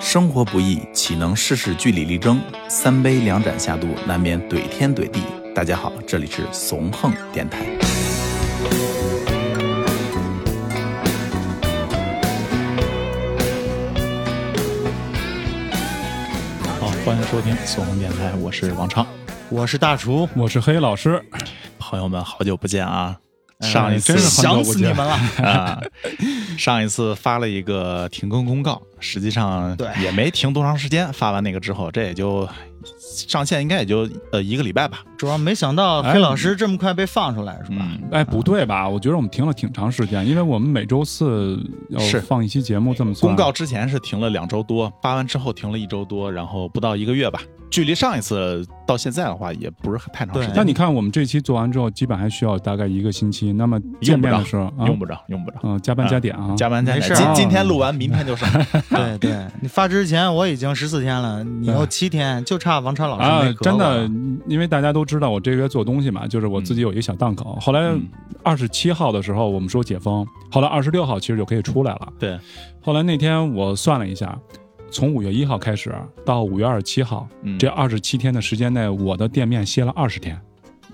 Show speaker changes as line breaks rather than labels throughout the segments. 生活不易，岂能事事据理力争？三杯两盏下肚，难免怼天怼地。大家好，这里是怂横电台。好，欢迎收听怂横电台，我是王畅，
我是大厨，
我是黑老师。
朋友们，好久不见啊！
哎
上一次、
真是很久不见想死你们 了
啊！上一次发了一个停更公告，实际上
对
也没停多长时间。发完那个之后，这也就上线应该也就呃一个礼拜吧。
主要没想到黑老师这么快被放出来，是吧？
嗯，
哎，不对吧？我觉得我们停了挺长时间，因为我们每周四要
是
放一期节目，这么算啊
公告之前是停了两周多，发完之后停了一周多，然后不到一个月吧。距离上一次到现在的话，也不是太长时
对
间。
那你看，我们这期做完之后，基本还需要大概一个星期。那么见
用不
面
着
的时候，啊
用不着，用不着。
嗯、加班
啊
加点啊，
加班加
没
点，
事
今
啊
今天录完，明天就上。
哎
对对，你发之前我已经十四天了，你又七天，就差王超老师
啊
没，咳
真的
了，
因为大家都知道我这个月做东西嘛，就是我自己有一个小档口。后来
嗯
二十七号的时候我们说解封，后来二十六号其实就可以出来了。
对，
后来那天我算了一下，从五月一号开始到五月二十七号，
嗯
这二十七天的时间内，我的店面歇了二十天。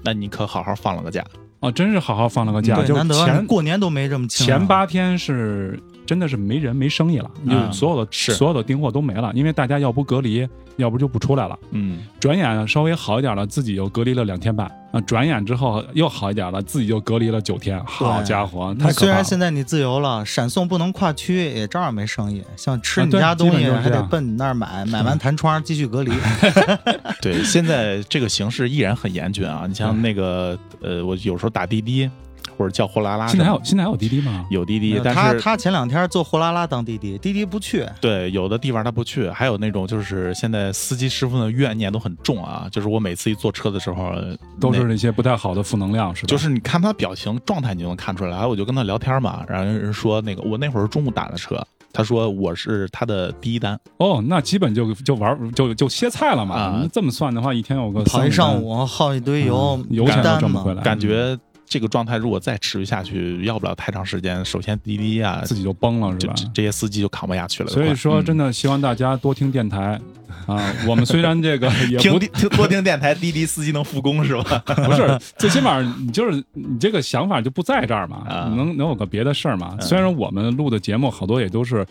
那你可好好放了个假。
啊，真是好好放了个假，
嗯对，
就
难得
前
你过年都没这么轻啊。
前八天是真的是没人没生意了，
嗯
就所有的
是
所有的订货都没了，因为大家要不隔离，要不就不出来了。
嗯，
转眼稍微好一点了，自己又隔离了两天半啊，转眼之后又好一点了，自己又隔离了九天，好
对
家伙，
你
太可
虽
怕了
然！现在你自由了，闪送不能跨区，也照样没生意。像吃
啊
你
对
家东
基
西，
本就是
还
这
得
样
奔你那儿买，买完弹窗继续隔 离。
对，现在这个形势依然很严峻啊！你
嗯
像那个呃，我有时候打滴滴或者叫货拉拉什
现
么的，
在还有现在还有滴滴吗？
有滴滴，但
他
是
他前两天坐货拉拉当滴滴，滴滴不去，
对有的地方他不去，还有那种就是现在司机师傅的怨念都很重啊！就是我每次一坐车的时候，
都是
那
那些不太好的负能量，是吧？
就是你看他表情状态，你就能看出来。然后我就跟他聊天嘛，然后人说那个我那会儿中午打的车，他说我是他的第一单，
哦，那基本就就玩就就歇菜了嘛。
啊
你这么算的话，一天有个
跑一
三
上
五
午耗一堆
单
油
嗯，油钱都
单
挣不
嘛
回。来，
感觉这个状态如果再持续下去，要不了太长时间，首先滴滴啊，
自己就崩了，是
这
吧？
这这些司机就扛不下去了。
所以说，
嗯
真的希望大家多听电台啊。我们虽然这个也
听
不
滴听多听电台，滴滴司机能复工是吧？
不是，最起码你就是你这个想法就不在这儿嘛
啊，
能能有个别的事儿嘛。
嗯
虽然我们录的节目好多也都是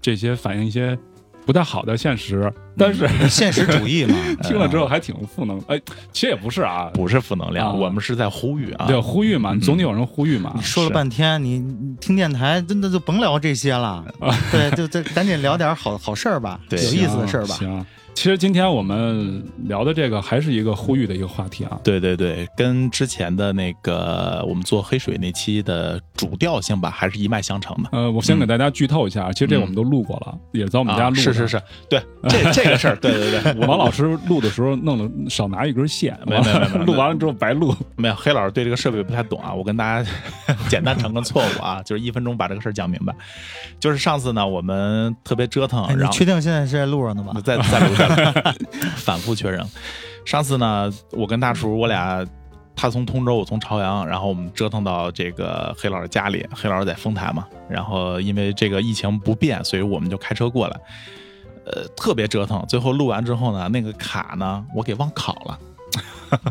这些反映一些不太好的现实，但是
现实主义嘛，
听了之后还挺负能。哎，其实也不是啊，
不是负能量，
啊
我们是在呼吁啊。
对，呼吁嘛，总得有人呼吁嘛
你。说了
是
半天，你你听电台真的就甭聊这些了， 对，就这赶紧聊点好好事儿吧，
对
有意思的事儿吧。
行，其实今天我们聊的这个还是一个呼吁的一个话题啊。
对对对，跟之前的那个我们做黑水那期的主调性吧，还是一脉相承的。
呃，我先给大家剧透一下，其实这个我们都录过了，也在我们家
啊
录的。
是是是，对这这个事儿，对对 对，我
王老师录的时候弄了少拿一根线，
没有没有没有没有
录完了之后白录。
没有黑老师对这个设备不太懂啊，我跟大家 简单承认错误啊，就是一分钟把这个事儿讲明白。就是上次呢，我们特别折腾
哎，，你
然后
确定现在是在路上的吗？
再再录再录， 反复确认。上次呢，我跟大厨我俩，他从通州，我从朝阳，然后我们折腾到这个黑老师家里，黑老师在丰台嘛，然后因为这个疫情不便，所以我们就开车过来，呃，特别折腾。最后录完之后呢，那个卡呢，我给忘拷了。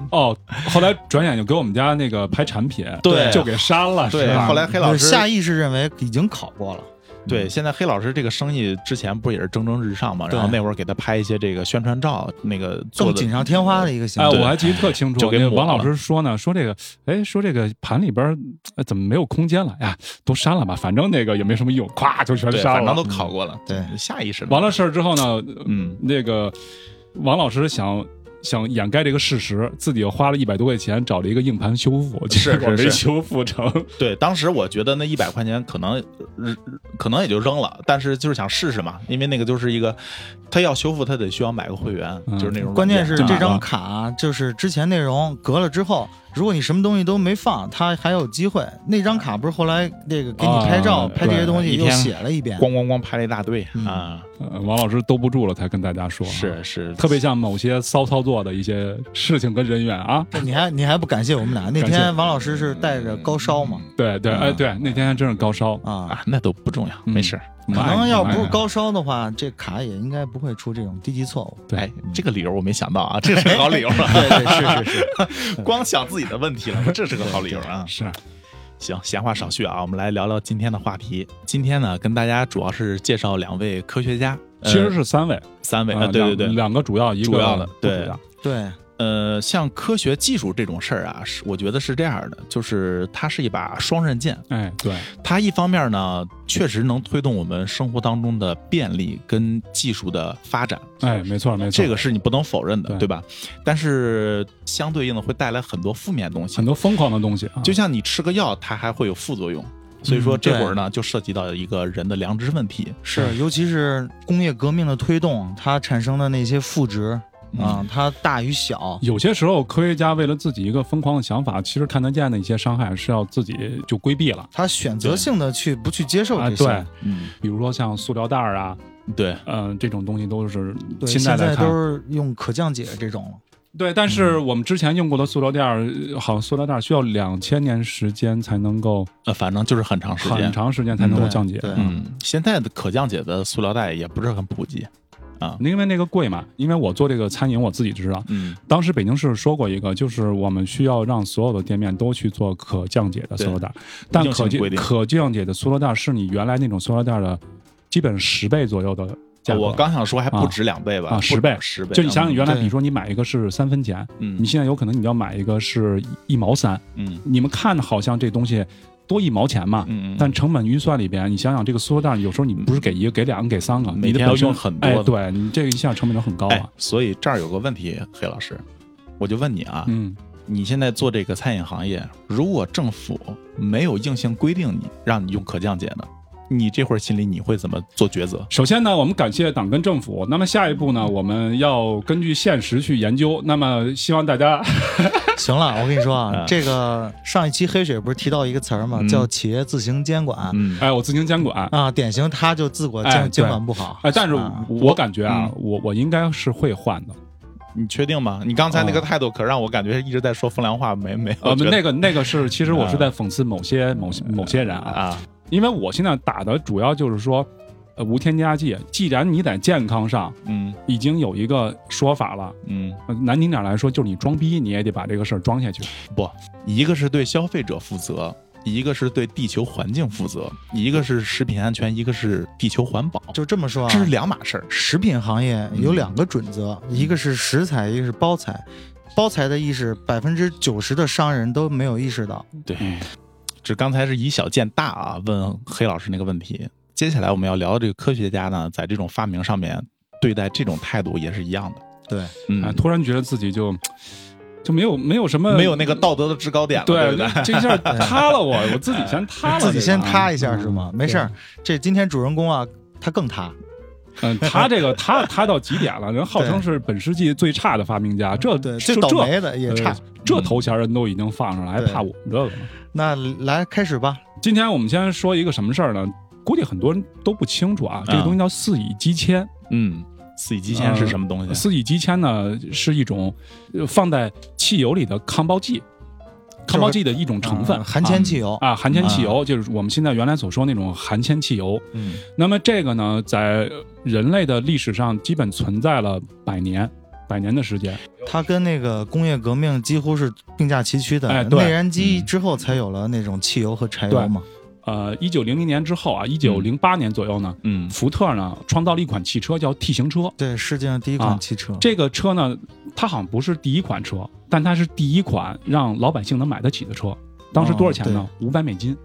哦，后来转眼就给我们家那个拍产品，
对
就给删了，
对
是吧
后来黑老师
我下意识认为已经考过了，
对，现在黑老师这个生意之前不也是蒸蒸日上嘛，
对
然后那会儿给他拍一些这个宣传照，那个做
更
的
锦上添花的一个形
哎，
式。
我还记得特清楚，
就给
那
抹
王老
了
师说呢，说这个，哎，说这个盘里边、呃怎么没有空间了哎呀？都删了吧，反正那个也没什么用，咵就全
对，
删了。嗯
反正都考过了，
对，
下意识的
完了事儿之后呢，
嗯，
那个王老师想。想掩盖这个事实，自己又花了一百多块钱找了一个硬盘修复，
是
结果
是
没
是
修复成。
对，当时我觉得那一百块钱可能，呃可能也就扔了，但是就是想试试嘛，因为那个就是一个，他要修复他得需要买个会员，
嗯
就是那种啊
关键是
免费
这
的
张卡就是之前内容隔了之后，如果你什么东西都没放，它还有机会。那张卡不是后来那个给你拍照、
啊
拍这些东西
对
又
一天
写了一遍，
咣咣咣拍了一大堆
嗯
啊，
呃王老师兜不住了，才跟大家说啊，
是是，
特别像某些骚操作的一些事情跟人员啊。
这你还你还不感谢我们俩？那
感谢
天王老师是带着高烧嘛？
对对，
嗯
哎对，那天还真是高烧，
啊，
啊，那都不重要，没事儿，
可
哎
能要不是
哎
高烧的话，这卡也应该不会出这种低级错误。
对嗯
哎，这个理由我没想到啊，这是个好理由 啊！
对对是是是，
光想自己的问题了，这是个好理由啊！
是
行，闲话少叙啊，我们来聊聊今天的话题。今天呢，跟大家主要是介绍两位科学家，呃
其实是三位，
三位啊，
啊
对对
两
对，
两个主要，一个
主要的
不
对
主要
对，
呃，像科学技术这种事儿啊，是我觉得是这样的，就是它是一把双刃剑，
哎，对，
它一方面呢，确实能推动我们生活当中的便利跟技术的发展，
哎，没错没错，
这个是你不能否认的，
对
对吧？但是相对应的会带来很多负面东西
很，多疯狂的东西啊，
就像你吃个药，它还会有副作用。所以说
嗯
这会儿呢，就涉及到一个人的良知问题
是，尤其是工业革命的推动，它产生的那些负值啊，它大与小，
有些时候，科学家为了自己一个疯狂的想法，其实看得见的一些伤害是要自己就规避了。
它选择性的去不去接受
啊，
这些。
对，
嗯，
比如说像塑料袋儿啊，
对，
嗯、这种东西都是
对，
现
现
在来
在
看
都是用可降解这种了。
对。但是
嗯
我们之前用过的塑料袋儿，呃好，塑料袋儿需要两千年时间才能够
呃，反正就是很长时
很
间。
长时间才能够
对
降解，
对
嗯，现在的可降解的塑料袋也不是很普及。
因为那个贵嘛。因为我做这个餐饮，我自己知道，
嗯，
当时北京市说过一个，就是我们需要让所有的店面都去做可降解的塑料袋，但
硬性
可降
规定
可降解的塑料袋是你原来那种塑料袋的基本十倍左右的价格。
我刚嗯想说还不
啊
止两倍吧，
啊
不
十倍
十倍。
就你想想，原来
对
比如说你买一个是三分钱，
嗯，
你现在有可能你要买一个是一毛三。
嗯
你们看好像这东西多一毛钱嘛，
嗯嗯，
但成本预算里边，你想想这个塑料袋，有时候你不是给一个、给两个、给三个，
每
你的
天要
本身
用很多
哎
的，
对你这个一下成本就很高
哎
啊。，
所以这儿有个问题，黑老师，我就问你啊，
嗯，
你现在做这个餐饮行业，如果政府没有硬性规定你让你用可降解的，你这会儿心里你会怎么做抉择？
首先呢，我们感谢党跟政府。那么下一步呢，我们要根据现实去研究。那么希望 大家，
行了，我跟你说啊
嗯，
这个上一期黑水不是提到一个词儿嘛
嗯，
叫企业自行监管
嗯，
哎，我自行监管。
啊，典型他就自我
哎
监监
对
管不好。
哎，但是
啊
我感觉啊，
嗯
我我应该是会换的。
你确定吗？你刚才那个态度可让我感觉一直在说风凉话，没没有
呃，
觉得
哦那个那个是，其实我是在讽刺某些某些某些人啊，
啊，
因为我现在打的主要就是说，呃，无添加剂。既然你在健康上
嗯
已经有一个说法了，
嗯，
呃难听点来说，就是你装逼，你也得把这个事儿装下去。
不，一个是对消费者负责。一个是对地球环境负责，一个是食品安全，一个是地球环保，
就这么说啊，
这是两码事儿。
食品行业
嗯
有两个准则，一个是食材，一个是包材。包材的意识，百分之九十的商人都没有意识到。
对，
嗯
这刚才是以小见大啊，问黑老师那个问题。接下来我们要聊的这个科学家呢，在这种发明上面对待这种态度也是一样的。
对，
啊，
嗯，
突然觉得自己就就没有没有什么
没有那个道德的制高点了，对不对？
这一下塌了我，我自己 先塌了，
自己先塌一下
这个啊
是吗？没事儿，这今天主人公啊，他更塌。
嗯，塌这个塌塌到极点了，人号称是本世纪最差的发明家，这
对，
这
最倒霉的也差嗯
呃。这头衔人都已经放上了，还
对
怕我们这个吗？
那来开始吧，
今天我们先说一个什么事儿呢？估计很多人都不清楚啊，这个东西叫四乙基铅。
嗯，四乙基铅是什么东西？
嗯
啊
四乙基铅呢是一种呃放在汽油里的抗爆剂，抗爆剂的一种成分，
呃含铅汽油。
嗯啊，含铅汽油就是我们现在原来所说那种含铅汽油。
嗯，
那么这个呢，在人类的历史上基本存在了百年，百年的时间。
它跟那个工业革命几乎是并驾齐驱的。
哎对
内燃机之后才有了那种汽油和柴油嘛。
呃，一九零零年之后啊，一九零八年左右呢，
嗯
福特呢创造了一款汽车叫 T 型车。
对，世界上第一
啊
款汽车。
这个车呢，它好像不是第一款车，但它是第一款让老百姓能买得起的车。当时多少钱
哦
呢？五百、美金。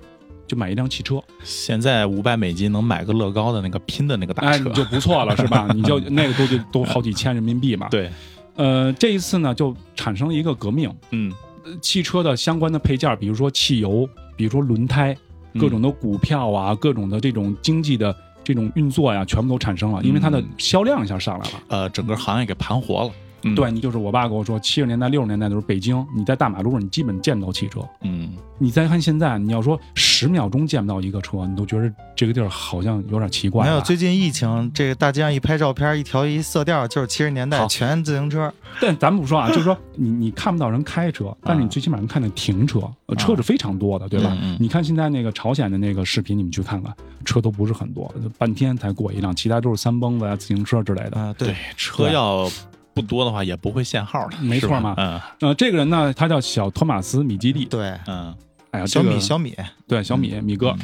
就买一辆汽车，
现在五百美金能买个乐高的那个拼的那个大
哎，
车
你。就不错了，是吧？ 你就那个都就都好几千人民币嘛。，
对，
呃，这一次呢，就产生了一个革命，呃
嗯，
汽车的相关的配件儿，比如说汽油，比如说轮胎，
嗯
各种的股票啊，各种的这种经济的这种运作呀、全部都产生了，因为它的
嗯
销量一下上来了。
呃，整个行业给盘活了。嗯
对，你就是我爸跟我说，七十年代、六十年代的时候，北京你在大马路上你基本见不到汽车，
嗯，
你再看现在，你要说十秒钟见不到一个车，你都觉得这个地儿好像有点奇怪
还
了。
有最近疫情，这个大街上一拍照片，一调一色调，就是七十年代
好
全自行车。
但咱不说啊，就是说你你看不到人开车，但是你最起码能看见停车，
啊
呃车是非常多的，对吧？
嗯嗯
你看现在那个朝鲜的那个视频，你们去看看，车都不是很多，就半天才过一辆，其他都是三蹦子啊、自行车之类的。
啊，对，
车
对
要不多的话也不会限号的，
没
是
错
吧
嘛
嗯
呃，这个人呢，他叫小托马斯·米基利，
对，
嗯
哎呀，
小
这
米
个
小嗯米，
对小米米哥，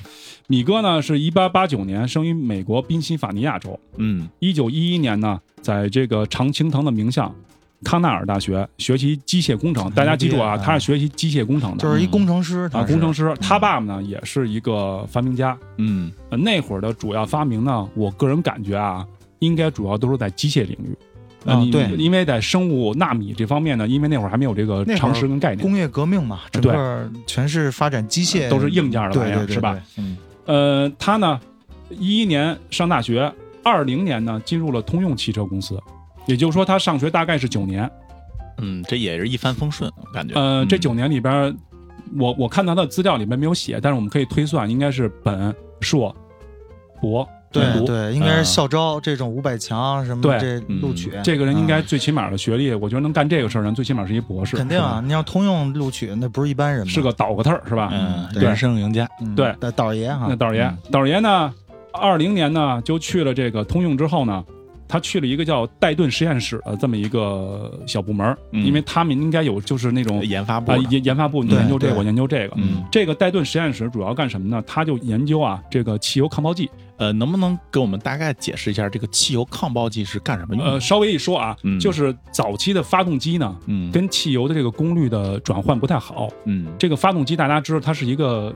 米哥呢是一八八九年生于美国宾夕法尼亚州，
嗯
一九一一年呢，在这个常青藤的名校康奈尔大学学习机械工程，大家记住啊，
嗯
他是学习机械工程的，
就是一工程师，
啊，
他是
工程师，他爸爸呢也是一个发明家。
嗯
呃那会儿的主要发明呢，我个人感觉啊，应该主要都是在机械领域。呃
啊
你
对
因为在生物纳米这方面呢，因为那会儿还没有这个
那会儿
常识跟概念，
工业革命嘛，整个全是发展机械，
啊都是硬件的玩
对
意
对
儿，
对，
是吧？
对？
嗯
呃，他呢，一一年上大学，二零年呢进入了通用汽车公司，也就是说他上学大概是九年。
嗯，这也是一帆风顺，我感觉。
呃，这
嗯
九年里边儿，我我看他的资料里面没有写，但是我们可以推算，应该是本硕博研
对
读。
对，应该
嗯
是校招这种五百强什么
啊对
这
嗯
录取，
这个人应该
嗯
最起码的学历，我觉得能干这个事儿人，最起码是一博士，
肯定啊！你要通用录取，那不是一般人嘛，
是吧，是个倒个特儿，是吧？
嗯，
对
人生赢家。
嗯
对
导导爷哈
那，导爷
嗯，
导爷呢，二零年呢就去了这个通用之后呢，他去了一个叫戴顿实验室的这么一个小部门儿，
嗯
因为他们应该有就是那种
研发部
啊
的，
研研发部，你
对
研究这个，
对
我研究这个。
嗯，
这个戴顿实验室主要干什么呢？他就研究啊这个汽油抗爆剂。
呃，能不能给我们大概解释一下这个汽油抗爆剂是干什么
嗯
用
呃，
的？
稍微一说啊
嗯，
就是早期的发动机呢，
嗯
跟汽油的这个功率的转换不太好，
嗯
这个发动机大家知道它是一个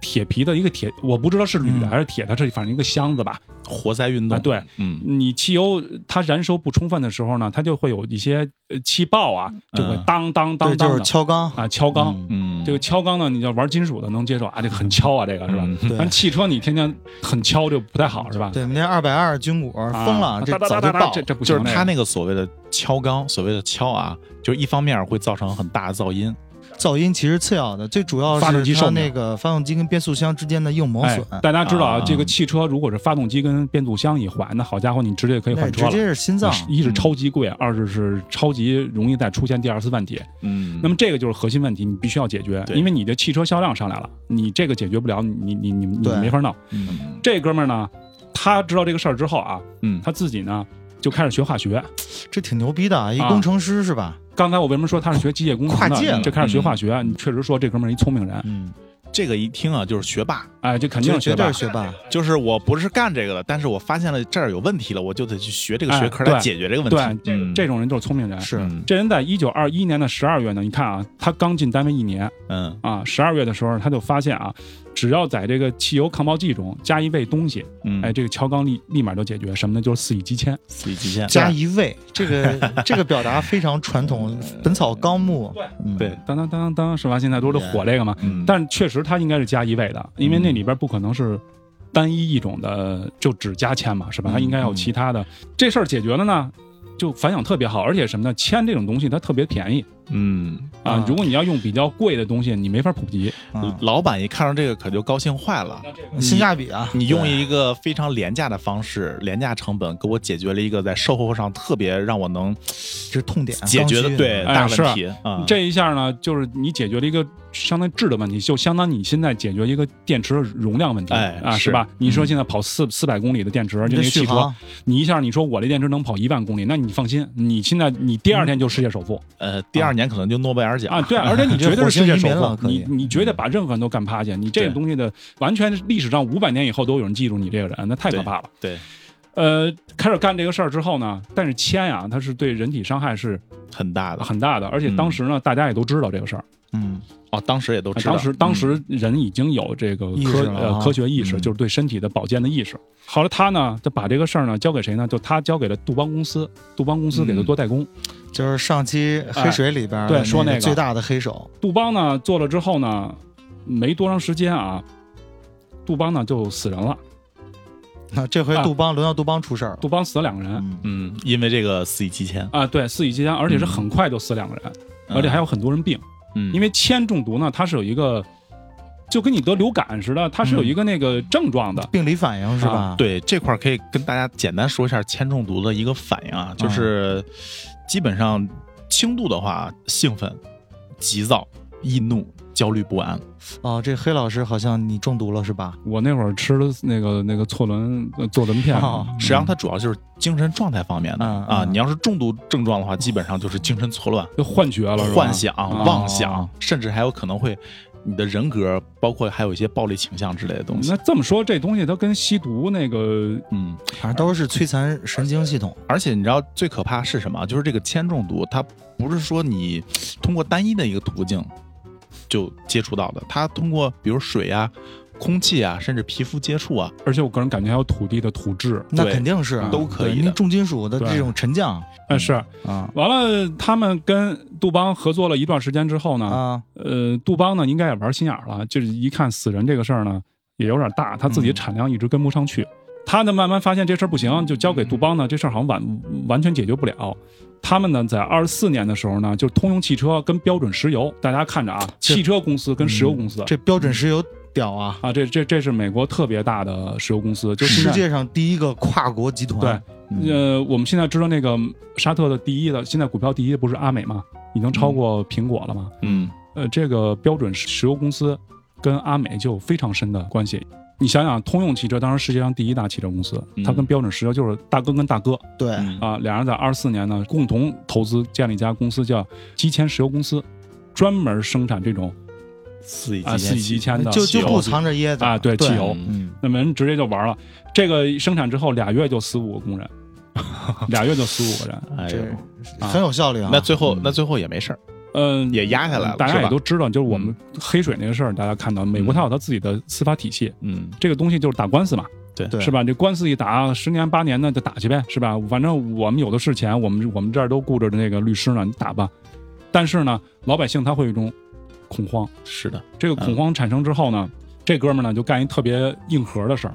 铁皮的一个铁，我不知道是铝的
嗯
还是铁，它是反正一个箱子吧。
活塞运动
啊对，
嗯
你汽油它燃烧不充分的时候呢，它就会有一些呃气爆啊，就会
嗯
当当当
对，就
当
是
的
敲缸，
啊敲缸。
嗯
嗯，
这个敲缸呢，你要玩金属的能接受啊，这个很敲啊，这个是吧？
嗯
对
但汽车你天天很敲就不太好是吧？
对，那二百二军鼓
啊，
疯了，这
哒哒
早
哒
就
哒哒
爆
这
了。
这不行
就
了，
是它那个所谓的敲缸，所谓的敲啊，就是一方面会造成很大的噪音，
噪音其实次要的，最主要
发动机
是
寿
它
命
那个发动机跟变速箱之间的硬磨
哎
损，，
大家知道啊，
啊
这个汽车如果是发动机跟变速箱一换，那好家伙，你直接可以
那
换车
直接嗯
了。
是
嗯
心脏。
一是超级贵，啊二是是超级容易再出现第二次问题。
嗯，
那么这个就是核心问题，你必须要解决，
对
因为你的汽车销量上来了，你这个解决不了，你你你你你
对
没法弄。
嗯
这哥们儿呢，他知道这个事儿之后啊，
嗯，
他自己呢就开始学化学。
这挺牛逼的啊！一
啊
工程师是吧？
刚才我为什么说他是学机械工程
跨界
的？
了
就开始学化学，你确实说这哥们儿一聪明人，
嗯，
这个一听啊就是学霸，
哎，这肯定
绝
是学
绝
霸
对是。学霸。
就是我不是干这个的，但是我发现了这儿有问题了，我就得去学这个
哎
学科
对
来解决这个问
对
题。，嗯
这种人就是聪明人。
是
嗯
这人在一九二一年的十二月呢，你看啊，他刚进单位一年
嗯
啊，十二月的时候他就发现啊，只要在这个汽油抗爆剂中加一味东西，
嗯，
哎，这个敲缸立立马就解决什么呢？就是四乙基铅。
四级极限
加一位，这 个这个表达非常传统，《本草纲目》嗯
对，
当当当当当，是吧？现在都是火这个嘛。
嗯，
但确实它应该是加一味的，因为
嗯
那里边不可能是单一一种的，就只加铅嘛，是吧？
嗯
它应该有其他的。这事儿解决了呢，就反响特别好，而且什么呢？铅这种东西它特别便宜
嗯，
啊
啊，
如果你要用比较贵的东西，你没法普及。
嗯，
老板一看到这个可就高兴坏了。
性价比啊，
你用
对
一个非常廉价的方式、廉价成本，给我解决了一个在售后上特别让我能
这是痛点，
解决
刚
的
需
对
哎
大
是
问题啊。
这一下呢，就是你解决了一个相当于质的问题，就相当你现在解决一个电池的容量问题，
哎
啊，
是
是吧？你说现在跑四四百公里的电池，就
嗯你的
那个汽
续
车，
航，
你一下你说我这电池能跑一万公里，那你放心，你现在你第二天就世界首富
呃，第二年可能就诺贝尔奖
啊，对啊，而且你绝对是世界首
嗯这火星移民了
富，
可
你
以嗯
你绝对把任何人都干趴下，你这个
对
东西的完全历史上五百年以后都有人记住你这个人，那太可怕了。
对，
呃，开始干这个事儿之后呢，但是铅呀、它是对人体伤害是
很大的
很大的，而且当时呢，大家也都知道这个事儿。
嗯，
哦，当时也都知道。
啊当时当
嗯
时人已经有这个
意
科
识了
呃
啊
科学意识，
嗯
就是对身体的保健的意识。后来他呢，就把这个事儿呢交给谁呢？就他交给了杜邦公司，杜邦公司给他
嗯
做代工。
就是上期黑水里边
哎
儿
对
的
说那
那
个
最大的黑手，
杜邦呢做了之后呢，没多长时间啊，杜邦呢就死人了。
那这回
啊哎
杜邦轮到杜邦出事儿了，
杜邦死了两个人
嗯，
嗯，因为这个四亿七千，
啊，对，四乙基铅，而且
嗯
是很快就死两个人，而且还有很多人病，
嗯，
因为铅中毒呢，它是有一个就跟你得流感似的，它是
嗯
有一个那个症状的。
病理反应是吧
啊？
对这块儿可以跟大家简单说一下铅中毒的一个反应啊，就是基本上轻度的话，兴奋、急躁、易怒、焦虑不安。
哦，这黑老师好像你中毒了是吧？
我那会儿吃了那个那个唑仑呃唑仑片，
哦
实际上，它主要就是精神状态方面的
嗯
啊。
嗯
你要是重度症状的话，基本上就是精神错乱、
就幻觉了，是吧
幻想、
哦
妄想，甚至还有可能会你的人格，包括还有一些暴力倾向之类的东西
嗯那。这么说，这东西它跟吸毒那个
嗯，
反正都是摧残神经系统。
而且你知道最可怕是什么？啊就是这个铅中毒，它不是说你通过单一的一个途径就接触到的，它通过比如水啊、空气啊，甚至皮肤接触啊，
而且我个人感觉还有土地的土质，
那
对
肯定是啊
都可以
对
的
因为重金属的
对
这种沉降
嗯
但哎是
啊
完了，他们跟杜邦合作了一段时间之后呢，
啊，
呃，杜邦呢应该也玩心眼儿了，就是一看死人这个事儿呢也有点大，他自
嗯
己产量一直跟不上去，他呢慢慢发现这事儿不行，就交给杜邦呢，这事儿好像完完全解决不了。他们呢，在二四年的时候呢，就通用汽车跟标准石油，大家看着啊，
这
汽车公司跟石油公司，
这标准石油屌啊，
啊，这这这是美国特别大的石油公司，就
世
现在
界上第一个跨国集团。
对，
嗯
呃，我们现在知道那个沙特的第一的，现在股票第一的不是阿美吗？已经超过苹果了吗？
嗯，
呃，这个标准石油公司跟阿美就有非常深的关系。你想想，通用汽车当时世界上第一大汽车公司，
嗯
它跟标准石油就是大哥跟大哥
对，
嗯
啊，俩人在二四年呢共同投资建立一家公司叫基铅石油公司，专门生产这种
四乙
啊四乙基
铅，
铅的
就
汽
就
油
不藏着掖着
啊，对汽油。
嗯，
那么人直接就玩了。这个生产之后俩月就死五个 工人，俩月就死五个人。
哎
这
呦，
啊
很有效率啊。
那最后
嗯
那最后也没事儿，
嗯、
也压下来了，
大
是
家也
吧嗯
都知道，就是我们黑水那个事儿，大家看到美国它有它自己的司法体系，
嗯，
这个东西就是打官司嘛，
对
对
是吧？这官司一打十年八年的就打去呗，是吧？反正我们有的是钱，我们我们这儿都顾着那个律师呢，你打吧。但是呢，老百姓他会有一种恐慌，
是的，
这个恐慌产生之后呢，这哥们儿呢就干一特别硬核的事儿，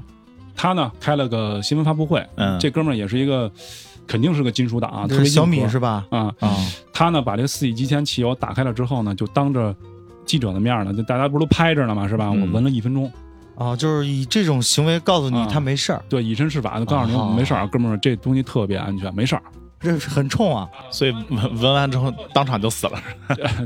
他呢开了个新闻发布会，
嗯，
这哥们儿也是一个，肯定是个金属党啊，
这
特别
是小米
硬核
是吧？
啊、
啊，
他呢把这四乙基铅汽油打开了之后呢，就当着记者的面儿呢，就大家不是都拍着呢嘛，是吧？
嗯
我闻了一分钟，
哦，就是以这种行为告诉你
啊
他没事儿，
对，以身试法，就告诉你、
哦
没事儿，哥们儿，这东西特别安全，没事儿，
这是很冲啊。
所以闻闻完之后当场就死了，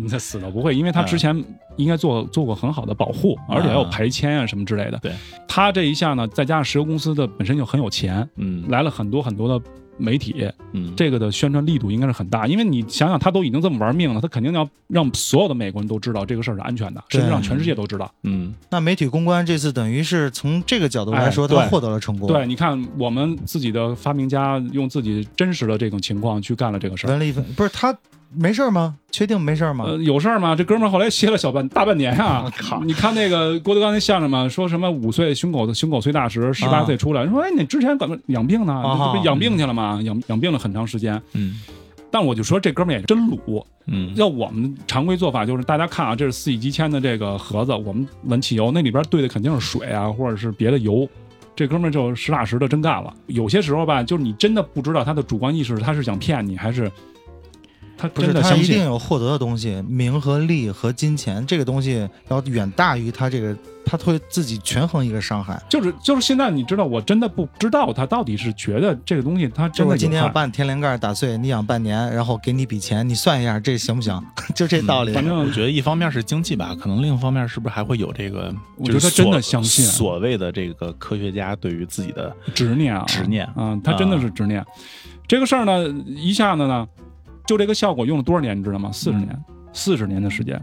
那死了不会，因为他之
嗯
前应该做做过很好的保护，而且还有排铅啊什么之类的。
对，
他这一下呢，再加上石油公司的本身就很有钱，
嗯
来了很多很多的。媒体
嗯，
这个的宣传力度应该是很大，因为你想想，他都已经这么玩命了，他肯定要让所有的美国人都知道这个事儿是安全的，甚至
对
让全世界都知道。
嗯
那媒体公关这次等于是从这个角度来说，
哎对
他获得了成功。
对，，你看我们自己的发明家用自己真实的这种情况去干了这个事儿。
闻了一分，不是他没事儿吗？确定没事儿吗？
呃，有事儿吗？这哥们儿后来歇了小半大半年啊！
我靠
你看那个郭德纲那相声嘛，说什么五岁胸口胸口碎大石，十八
啊
岁出来，说哎你之前怎么养病呢？
啊
你这
哈
不养病去了吗？养养病了很长时间。
嗯
但我就说这哥们儿也真鲁，
嗯，
要我们常规做法就是，大家看啊，这是四乙基铅的这个盒子，我们闻汽油，那里边兑的肯定是水啊，或者是别的油。这哥们儿就实打实的真干了。有些时候吧，就是你真的不知道他的主观意识，他是想骗你，还是他
不是
真的
他
相
一定
信？
有获得的东西，名和利和金钱这个东西要远大于他这个，他会自己权衡一个伤害。
就是就是现在，你知道，我真的不知道他到底是觉得这个东西他
就
真
我
的
今天
有
要
害。
把你天灵盖打碎，你养半年，然后给你笔钱，你算一下这行不行？ 就这道理。
嗯反正
我觉得一方面是经济吧，可能另一方面是不是还会有这个，
我
就是
觉得他真的
所
相信啊
所谓的这个科学家对于自己的
执念啊，
执念
啊，他真的是执念。这个事儿呢，一下子呢，就这个效果用了多少年，你知道吗？四十年，四十、年的时间，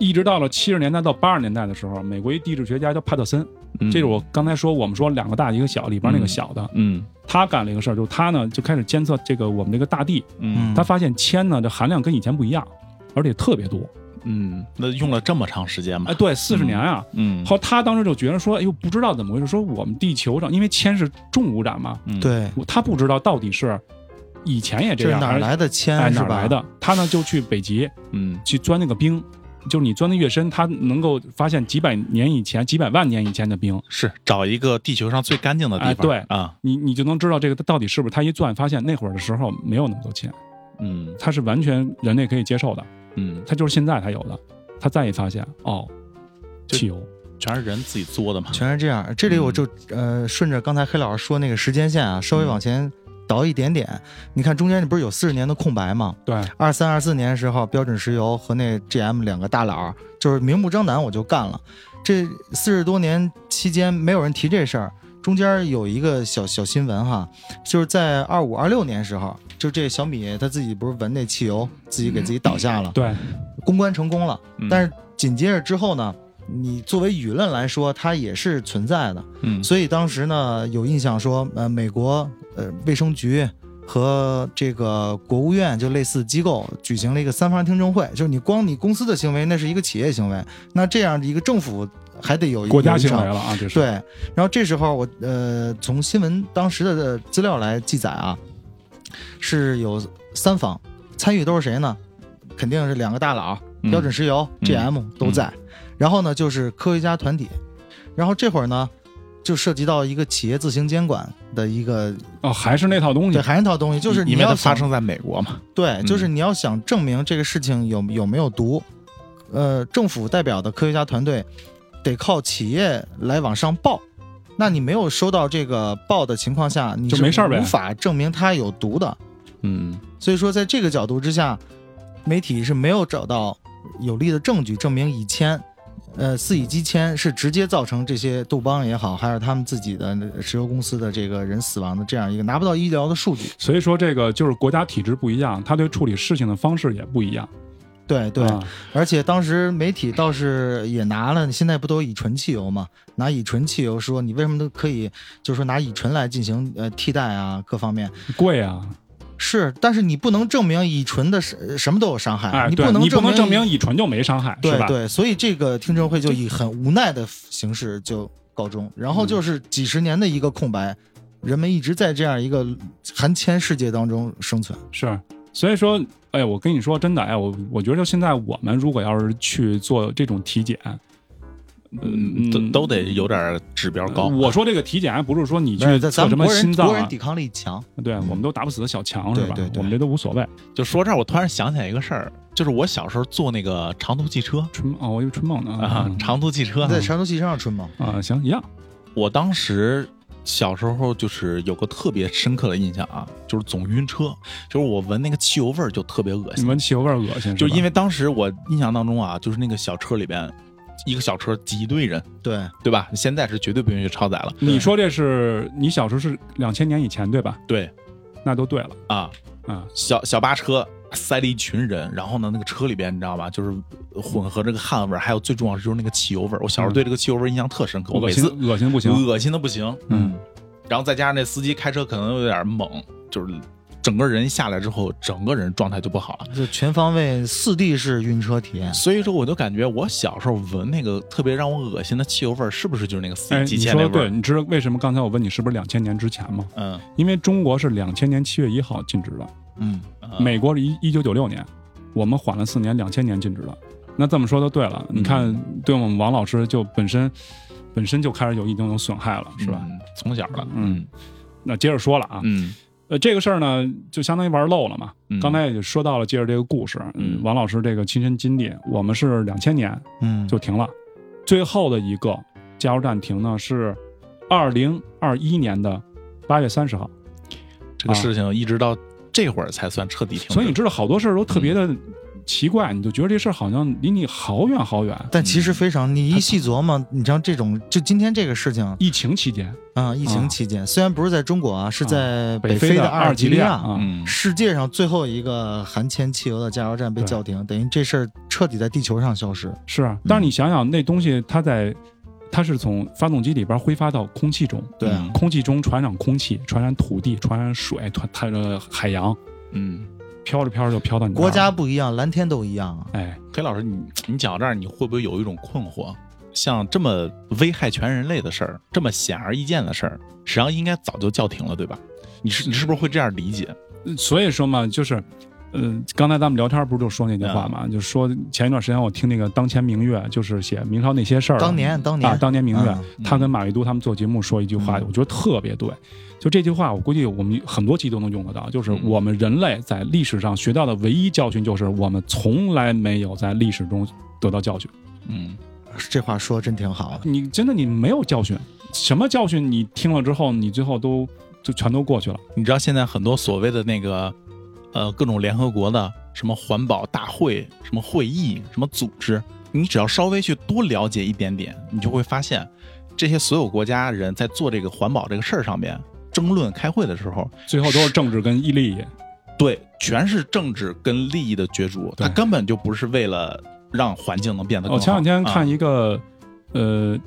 一直到了七十年代到八十年代的时候，美国一地质学家叫帕特森，
嗯
这是我刚才说我们说两个大一个小，里边那个小的，
嗯
他干了一个事儿，就是他呢就开始监测这个我们这个大地，
嗯
他发现铅呢这含量跟以前不一样，而且特别多。
嗯，那用了这么长时间嘛
哎，，对，四十年啊。
嗯，
后他当时就觉得说，哎呦，不知道怎么回事，说我们地球上因为铅是重污染嘛，
嗯，
对，
我他不知道到底是以前也
这
这
是
样，
哪儿
还是
来的
哎
铅
哪
是
儿来
吧？
的？他呢就去北极
嗯
去钻那个冰，就是你钻的越深，他能够发现几百年以前、几百万年以前的冰，
是找一个地球上最干净的地方，
哎对
啊，
你你就能知道这个到底是不是。他一钻发现那会儿的时候没有那么多铅，
嗯
它是完全人类可以接受的，
嗯，
它就是现在才有的。他再一发现，哦，
就
汽油
全是人自己作的嘛。
全是这样。这
嗯
里我就、呃顺着刚才黑老师说那个时间线啊，稍微往前倒一点点。你看中间你不是有四十年的空白吗？
对，
二三二四年的时候，标准石油和那 GM 两个大佬儿就是明目张胆我就干了。这四十多年期间，没有人提这事儿。中间有一个小小新闻哈，就是在二五二六年时候，就这小米他自己不是闻那汽油，自己给自己倒下了，
对，
公关成功了。
嗯
但是紧接着之后呢，你作为舆论来说，它也是存在的。
嗯，
所以当时呢，有印象说，呃，美国呃卫生局和这个国务院就类似机构举行了一个三方听证会，就是你光你公司的行为，那是一个企业行为，那这样一个政府还得有一个
国家行
有一
为
场
了啊，这是
对，然后这时候我呃，从新闻当时的资料来记载啊，是有三方参与都是谁呢？肯定是两个大佬，
嗯
标准石油、
嗯
GM 都在。然后呢，就是科学家团体。然后这会儿呢，就涉及到一个企业自行监管的一个
哦，还是那套东西
对，，还是那套东西，就是你
因为
要
它发
想
生在美国嘛。
对，就是你要想证明这个事情有有没有毒，呃，政府代表的科学家团队得靠企业来往上报。那你没有收到这个报的情况下，你
就是没事儿呗
无法证明它有毒的。
嗯，
所以说，在这个角度之下，媒体是没有找到有力的证据证明乙铅，呃，四乙基铅是直接造成这些杜邦也好，还是他们自己的石油公司的这个人死亡的这样一个拿不到医疗的数据。
所以说这个就是国家体制不一样，他对处理事情的方式也不一样。
对对，
啊
而且当时媒体倒是也拿了，现在不都乙醇汽油嘛？拿乙醇汽油说你为什么都可以，就是说拿乙醇来进行呃替代啊，各方面
贵啊，
是，但是你不能证明乙醇的什什么都有伤害，啊
哎，
你
对
不能
你不能证明
乙
乙醇就没伤害，是
对
吧？
对，所以这个听证会就以很无奈的形式就告终，然后就是几十年的一个空白，人们一直在这样一个含铅世界当中生存。
是，所以说，哎，我跟你说，真的，哎，我我觉得现在我们如果要是去做这种体检，
嗯，都都得有点指标高。
呃我说这个体检还不是说你
但
去
是在咱
测什
们
么
国人
心脏
国人
啊，
抵抗力强，
对，我们都打不死的小强是
对
吧
对？对
我们这都无所谓。
就说这儿，我突然想起来一个事儿，就是我小时候坐那个长途汽车
春哦，我以为春梦呢
啊，长途汽车
在长途汽车上春梦。
啊，行，一样，
我当时小时候就是有个特别深刻的印象啊，就是总晕车，就是我闻那个汽油味儿就特别恶
你
心，
闻汽油味儿恶心，
哎就因
为
为当时我印象当中啊，就是那个小车里边一个小车挤一堆人，
对，
对吧？现在是绝对不允许超载了，
你说这是你小时候是两千年以前对吧？
对
那都对了
啊，
啊，
小小巴车。塞了一群人，然后呢，那个车里边你知道吧，就是混合这个汗味儿，还有最重要的就是那个汽油味儿。我小时候对这个汽油味儿印象特深刻，我
嗯恶
每
心
次
恶心不行，
恶心的不行。
嗯，
然后再加上那司机开车可能有点猛，就是整个人下来之后，整个人状态就不好了。
就全方位四 D 式晕车体验。
所以说，我就感觉我小时候闻那个特别让我恶心的汽油味儿，是不是就是那个
哎，
C
你
几千那
说
味
对，
儿？
你知道为什么刚才我问你是不是两千年之前吗？
嗯，
因为中国是两千年七月一号禁止的，
嗯，
嗯
美国是一一九九六年，我们缓了四年，两千年禁止的。那这么说就对了，
嗯
你看，对我们王老师就本身本身就开始有一定有损害了，是吧？
嗯？从小了，
嗯那接着说了啊，
嗯
呃，这个事儿呢，就相当于玩漏了嘛。
嗯，
刚才也说到了，接着这个故事，
嗯
王老师这个亲身经历，我们是两千年
嗯，
就停了，最后的一个加油站停呢是二零二一年的八月三十号。
这个事情一直到这会儿才算彻底停止。
啊
嗯
所以你知道好多事儿都特别的奇怪，你就觉得这事儿好像离你好远好远。
但其实非常，你一细琢磨，你像这种就今天这个事情啊、
疫情期间，
疫情期间虽然不是在中国啊，是在北
非
非
的
阿尔
及
利
亚
亚，
啊，
嗯，
世界上最后一个含铅汽油的加油站被
对
叫停，等于这事儿彻底在地球上消失。
是啊。但是你想想，那东西它在，它是从发动机里边挥发到空气中，
对啊，
空气中传染空气，传染土地，传染水，传它的海洋，
嗯，
飘着飘着就飘到你这儿
国家
了。
不一样，蓝天都一样啊。
哎，
黑老师，你你讲到这儿，你会不会有一种困惑？像这么危害全人类的事儿，这么显而易见的事儿，实际上应该早就叫停了，对吧？你是你是不是会这样理解？
所以说嘛，就是。嗯，刚才咱们聊天不是就说那句话
嗯
嘛，就说前一段时间我听那个《当前明月》，就是写明朝那些事儿啊，
当年，当年，
啊，当年明月，
嗯
他跟马未都他们做节目说一句话，
嗯
我觉得特别对。就这句话，我估计我们很多期都能用得到。就是
嗯
我们人类在历史上学到的唯一教训，就是我们从来没有在历史中得到教训。
嗯，
这话说的真挺好的。
你真的你没有教训，什么教训你听了之后，你最后都就全都过去了。
你知道现在很多所谓的那个，呃，各种联合国的什么环保大会、什么会议、什么组织，你只要稍微去多了解一点点，你就会发现，这些所有国家人在做这个环保这个事儿上面争论开会的时候，
最后都是政治跟毅力，
对，全是政治跟利益的角逐，
对哦
它根本就不是为了让环境能变得更好。
我前两天看
啊
一个、呃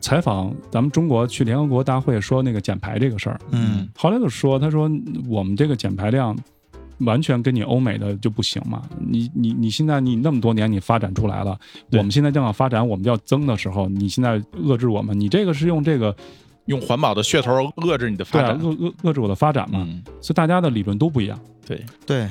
采访，咱们中国去联合国大会说那个减排这个事儿，
嗯
后来就说他说我们这个减排量完全跟你欧美的就不行嘛，你你你现在你那么多年你发展出来了，
对
我们现在正要发展，我们要增的时候，你现在遏制我们，你这个是用这个
用环保的噱头遏制你的
对
发
啊
展。
遏遏遏制我的发展嘛，
嗯，
所以大家的理论都不一样。
对，
对，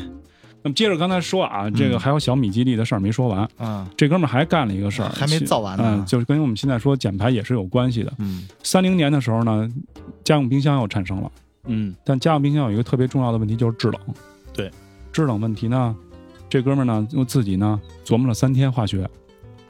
那么接着刚才说啊，这个还有小米基地的事儿没说完，
啊，
这哥们儿还干了一个事儿，
还没造完呢
嗯，就是跟我们现在说减排也是有关系的。
嗯
三零年的时候呢，家用冰箱又产生了，
嗯
但家用冰箱有一个特别重要的问题就是制冷。
对，
制冷问题呢，这哥们儿呢又自己呢琢磨了三天化学，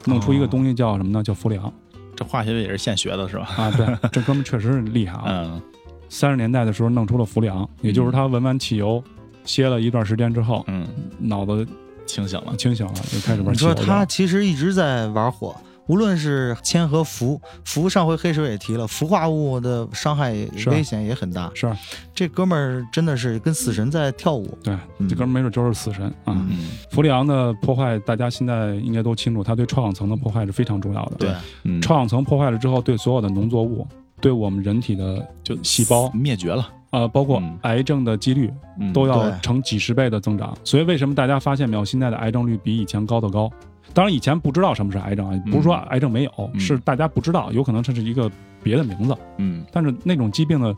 弄出一个东西叫什么呢？
嗯
叫氟里昂
这化学也是现学的是吧？
啊。 对，这哥们儿确实是厉害啊。
嗯
三十、年代的时候弄出了氟里昂，也就是他闻完汽油，歇了一段时间之后，
嗯，
脑子
清醒了。
清醒了，就开始玩
你
汽油
说
了。
他其实一直在玩火，无论是铅和氟，氟上回黑水也提了，氟化物的伤害也
是啊
危险也很大。
是啊
这哥们儿真的是跟死神在跳舞。
对，
嗯
这哥们儿没准就是死神啊。
嗯
嗯，
氟里昂的破坏，大家现在应该都清楚，它对臭氧层的破坏是非常重要的。
对，
嗯
臭氧层破坏了之后，对所有的农作物，对我们人体的
就
细胞，
灭绝了，
呃，包括
嗯
癌症的几率
嗯
都要
对
成几十倍的增长。所以为什么大家发现没有，现在的癌症率比以前高得高？当然，以前不知道什么是癌症啊，不是说癌症没有，
嗯
是大家不知道，有可能这是一个别的名字。
嗯
但是那种疾病的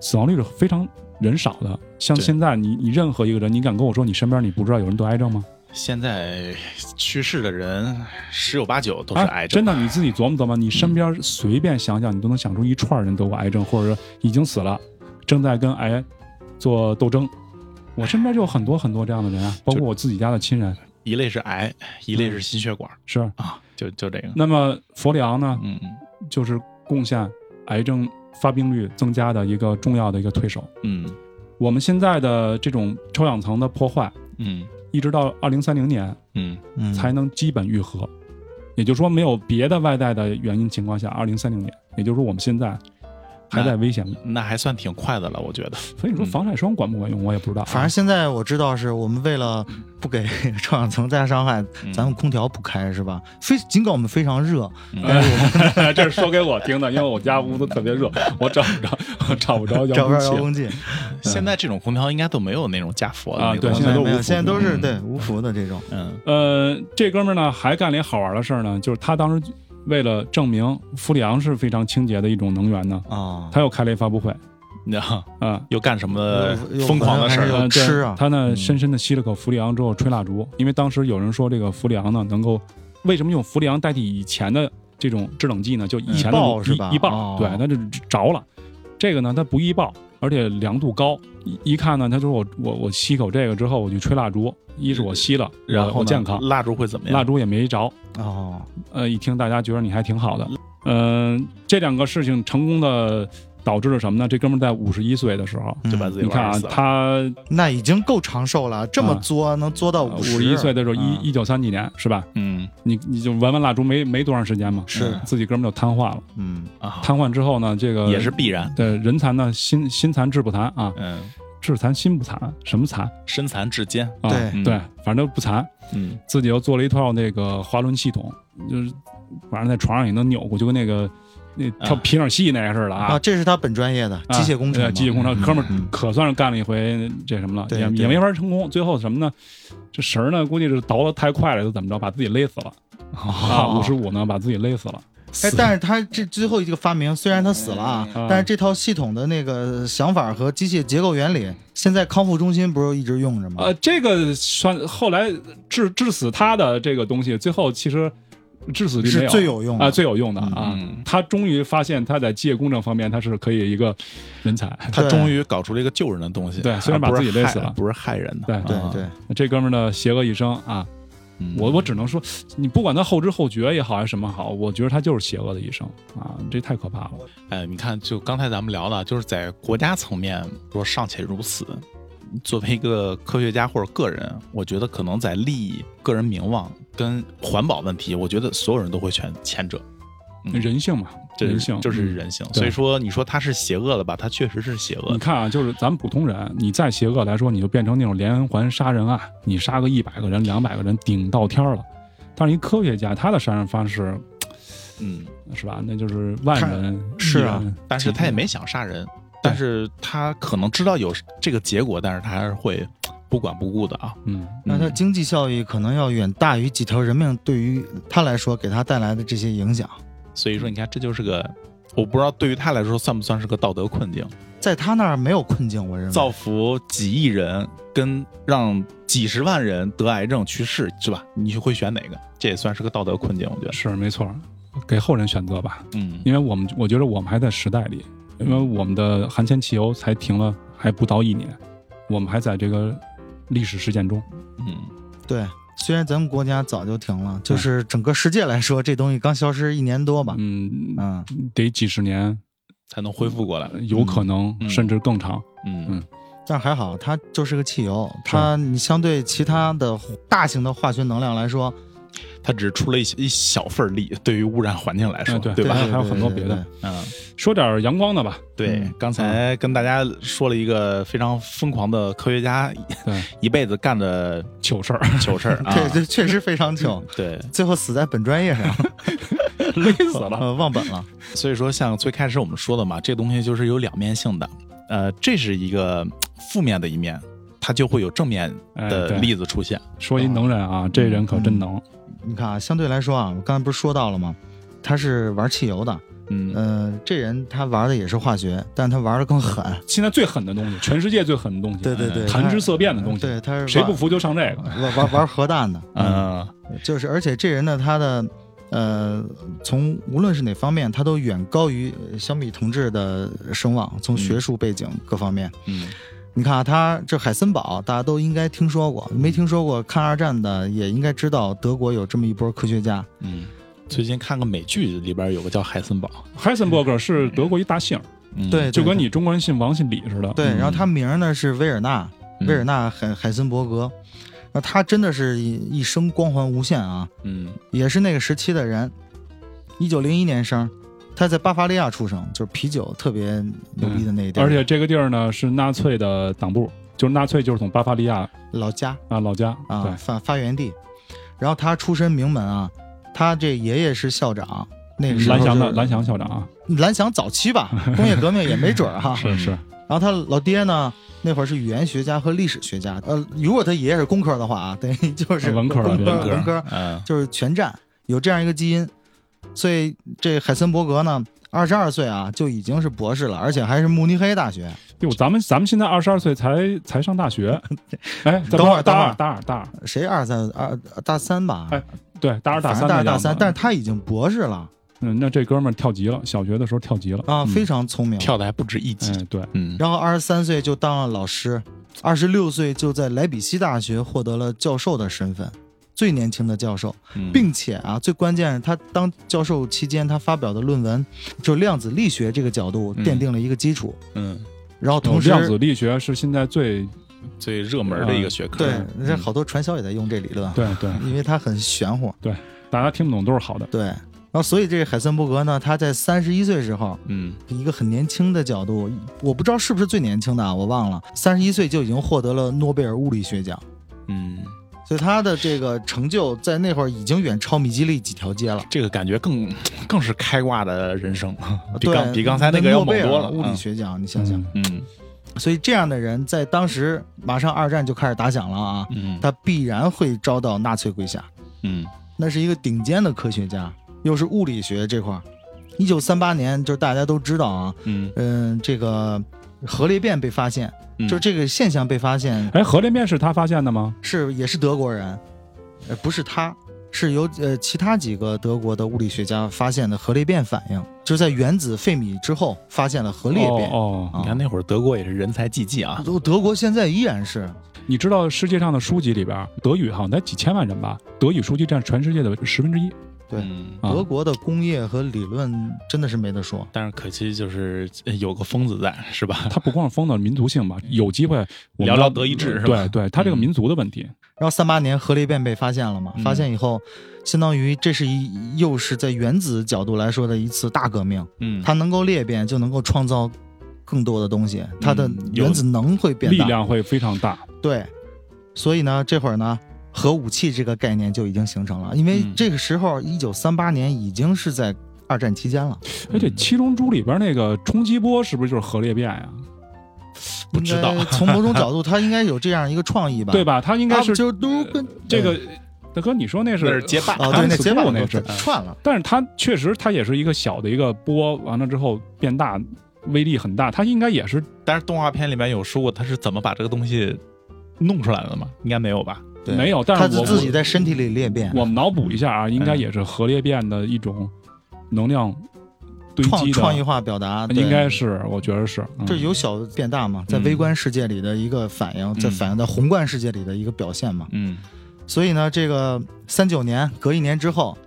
死亡率是非常人少的。像
对
现在你，你任何一个人，你敢跟我说你身边你不知道有人得癌症吗？
现在去世的人十有八九都是癌症，
啊。真的，你自己琢磨琢磨，你身边随便想想，你都能想出一串人得过癌症，或者说已经死了，正在跟癌做斗争。我身边就有很多很多这样的人啊，包括我自己家的亲人，
一类是癌，一类是心血管
是。
啊，就就这个，
那么氟里昂呢，
嗯
就是贡献癌症发病率增加的一个重要的一个推手。
嗯
我们现在的这种臭氧层的破坏，
嗯
一直到二零三零年
嗯
嗯，
才能基本愈合。也就是说，没有别的外在的原因情况下，二零三零年，也就是说我们现在还在危险里。
嗯，那还算挺快的了，我觉得。
所以你说防晒霜管不管用，我也不知道啊。
嗯反正现在我知道是我们为了不给 臭氧层再伤害，
嗯
咱们空调不开是吧？非尽管我们非常热，
嗯
但是我们
这是说给我听的，因为我家屋子特别热，我找不着，我找不
找
着遥
不
控
着遥
器。
控器。
现在这种空调应该都没有那种加氟的
啊
那个
对
东
没
西
现在
有
都
没
无
有，
氟
现在都是
嗯
对无氟的这种。
嗯
呃，这哥们儿呢还干了一好玩的事儿呢，就是他当时为了证明氟里昂是非常清洁的一种能源呢，
啊，
他又开了一发布会
你知道
啊。
又干什么
又又
疯狂的事
还
儿
是又
了？
呃对
吃啊
他呢
嗯
深深的吸了口氟里昂之后吹蜡烛，因为当时有人说这个氟里昂呢能够为什么用氟里昂代替以前的这种制冷剂呢？就以前的
易爆是吧
易易爆，
哦
对，它就着了。这个呢，它不易爆，而且凉度高。一一看呢，他说我我我吸口这个之后，我去吹蜡烛，一是我吸了，
然
我
后
我
呢
健康，
蜡烛会怎么样？
蜡烛也没着。
哦，
呃，一听大家觉得你还挺好的。嗯、这两个事情成功的导致了什么呢？这哥们儿在五十一岁的时候，
就把自己
你看
玩
啊
死，了。
他
嗯那已经够长寿了，这么作能作
啊
到
啊五
五
十哦一岁的时候，
嗯
一一九三几年是吧？
嗯
你你就闻闻蜡烛没没多长时间嘛，
是
自己哥们儿就瘫痪了。
嗯
啊，
瘫痪之后呢，这个
也是必然。
对人残呢，心心残志不残啊，
嗯，
志残心不残，什么残
身残志坚。
啊？
对
嗯
对，反正不残，
嗯
自己又做了一套那个滑轮系统，就是反正在床上也能扭过，就跟那个那跳
啊
皮影戏那个似的
啊，这是他本专业的
啊
机械工程嘛，
对机械工程，啊哥们儿
嗯
可算是干了一回这什么了，
对
也
对
也没法成功。最后什么呢？这绳儿呢，估计是倒的太快了，就怎么着，把自己勒死了
哦
啊！五十五呢，把自己勒死了。
哎，但是他这最后一个发明，虽然他死了啊，
嗯
但是这套系统的那个想法和机械结构原理，现在康复中心不是一直用着吗？
呃，这个算后来致致死他的这个东西，最后其实致死率没
是
有
最有用的
啊，最有用的啊
嗯。
他终于发现他在机械工程方面他是可以一个 人才。
他
对
终于搞出了一个救人的东西，
对虽然把
而不是
自己勒
害
死了
不是害人的。
对
对
啊
对，
这哥们儿的邪恶一生啊，
嗯
我我只能说，你不管他后知后觉也好还是什么好，我觉得他就是邪恶的一生啊，这太可怕了。
哎，你看，就刚才咱们聊的，就是在国家层面说尚且如此，作为一个科学家或者个人，我觉得可能在利益、个人名望跟环保问题，我觉得所有人都会选前者。嗯
人性嘛，
这
人性
这是
嗯
人性，
对
所以说你说他是邪恶的吧，他确实是邪恶
你
的。
看啊，就是咱们普通人，你再邪恶来说，你就变成那种连环杀人案，你杀个一百个人、两百个人，顶到天儿了。但是一科学家，他的杀人方式
嗯，
是吧？那就是万人
是啊，
一人
但是他也没想杀人，但是他可能知道有这个结果，但是他还是会不管不顾的啊。
嗯，
那它
嗯
经济效益可能要远大于几条人命对于他来说给他带来的这些影响，
所以说，你看这就是个，我不知道对于他来说算不算是个道德困境。
在他那儿没有困境，我认为。
造福几亿人，跟让几十万人得癌症去世，是吧？你会选哪个？这也算是个道德困境，我觉得。
是没错儿，给后人选择吧。
嗯
因为我们我觉得我们还在时代里，因为我们的含铅汽油才停了还不到一年，我们还在这个历史事件中。
嗯，
对，虽然咱们国家早就停了，就是整个世界来说，这东西刚消失一年多吧，
嗯，
嗯，
得几十年，
才能恢复过来。
有可能、
嗯
甚至更长。
嗯
嗯
但还好它就是个汽油，它你相对其他的大型的化学能量来说，
它只出了一小一小份力，对于污染环境来说，
哎对
吧？
还
对
还有很多别的，
对对
嗯，
说点阳光的吧，
对
嗯。
刚才跟大家说了一个非常疯狂的科学家
对，
一辈子干的
糗事儿。
糗事儿啊
对，对，这确实非常 糗，
对。
最后死在本专业上，
累死了。
呃，忘本了，
所以说，像最开始我们说的嘛，这东西就是有两面性的，呃，这是一个呃负面的一面，它就会有正面
哎
的
对
例子出现。
说一能人
嗯
啊，这人可真能。
你看啊，相对来说啊，我刚才不是说到了吗？他是玩汽油的，
嗯，
呃，这人他玩的也是化学，但他玩的更狠。
现在最狠的东西，全世界最狠的东西，哎
对对对，
谈之色变的
他
东西，
对，他是玩
谁不服就上这个。
玩玩玩核弹的，
嗯，
就是而且这人呢，他的呃，从无论是哪方面，他都远高于呃相比同志的声望，从学术背景各方面。
嗯
你看啊，他这海森堡大家都应该听说过，没听说过看二战的也应该知道德国有这么一波科学家。
嗯，最近看个美剧，里边有个叫海森堡，
海森伯格是德国一大姓，
嗯、
对，
就
对
跟你中国人姓王姓李似的。
对，
嗯
然后他名儿呢是威尔纳，
嗯
威尔，纳海海森伯格，那他真的是一一生光环无限啊，
嗯
也是那个时期的人，一九零一年生，他在巴伐利亚出生，就是啤酒特别牛逼的那一地儿，
嗯而且这个地儿呢是纳粹的党部，就是纳粹就是从巴伐利亚
老家
啊老家
啊发发源地，然后他出身名门啊，他这爷爷是校长，那个
对，
时候
蓝翔的
就是
蓝翔校长啊，
蓝翔早期 吧，工业革命也没准儿哈、啊
是是，
然后他老爹呢，那会儿是语言学家和历史学家。呃，如果他爷爷是工科的话啊，等于就是
文科了
工科
文科
文科
嗯
就是全占，有这样一个基因。所以这海森伯格呢，二十二岁啊就已经是博士了，而且还是慕尼黑大学。
哟，咱们咱们现在二十二岁才才上大 学，哎，咱们
等会儿
大
等会
二
儿
大二大二，
谁二十三二大三吧？
哎对大二大
反
三
正大二大三，但是
是
他已经博士了
嗯，那这哥们儿跳级了，小学的时候跳级了
啊，非
常
常聪明。
跳的还不止一级，
哎对，
嗯
然后二十三岁就当了老师，二十六岁就在莱比锡大学获得了教授的身份，最年轻的教授。
嗯
并且啊，最关键是他当教授期间，他发表的论文就量子力学这个角度
嗯
奠定了一个基础，
嗯
然后同时
哦量子力学是现在 最
最热门的一个学科，
对
嗯，
人家好多传销也在用这理论，
对对，
因为它很玄乎，
大家听不懂都是好的，
对。然后所以这个海森伯格呢，他在三十一岁时候，
嗯
以一个很年轻的角度，我不知道是不是最年轻的啊，我忘了，三十一岁就已经获得了诺贝尔物理学奖，
嗯，
所以他的这个成就在那会儿已经远超米基利几条街了。
这个感觉更更是开挂的人生，比
对
刚比刚才那个要
诺
猛
贝
多
尔
了，
物理学奖，你想想。
嗯，
嗯
所以这样的人在当时马上二战就开始打响了啊，
嗯
他必然会遭到纳粹麾下。
嗯
那是一个顶尖的科学家，又是物理学这块儿。一九三八年，就是大家都知道啊，
嗯
嗯、这个核裂变被发现，
嗯，
就这个现象被发现
哎，核裂变是他发现的吗？
是也是德国人，呃，不是他，是由呃其他几个德国的物理学家发现的核裂变反应，就是在原子费米之后发现了核裂变。
哦
你看那会儿德国也是人才济济啊，
德德国现在依然是
你知道世界上的书籍里边，德语好像才几千万人吧，德语书籍占全世界的十分之一。
对
嗯
啊
德国的工业和理论真的是没得说。
但是可惜就是呃有个疯子在，是吧？
它不光是风的民族 性吧，有机会我们
聊
要
聊德意志是吧
对对，它这个
嗯
民族的问题，
然后三八年核裂变被发现了嘛？
嗯
发现以后，相当于这是一又是在原子角度来说的一次大革命。
嗯，
它能够裂变，就能够创造更多的东西，它的
嗯有
原子能会变
力
大。嗯
量会非常大。
对，所以呢，这会儿呢，核武器这个概念就已经形成了，因为
嗯
这个时候，一九三八年已经是在二战期间了，
哎，这《七龙珠》里边那个冲击波是不是就是核裂变呀？
不知道
应该从某种角度，它应该有这样一个创意吧？
对吧？它应
应
该是
就都跟
这个。大哥，你说那
那
是
是结巴
啊，对，那结巴
那，
就是串了。
但是它确实它也是一个小的一个波，完了之后变大，威力很大。它应该也是
但是动画片里面有说过他是怎么把这个东西弄出来的吗？应该没有吧？
对
没有，但
它
是
是
我
自己在身体里裂变，
我们脑补一下啊，应该也是核裂变的一种能量堆
创
积
创意
的，
化表达，对
应该是，我觉得是。嗯
这由小变大嘛，在
嗯
微观世界里的一个反应，在
嗯
反映在宏观世界里的一个表现嘛。
嗯
所以呢，这个三九年隔一年之后，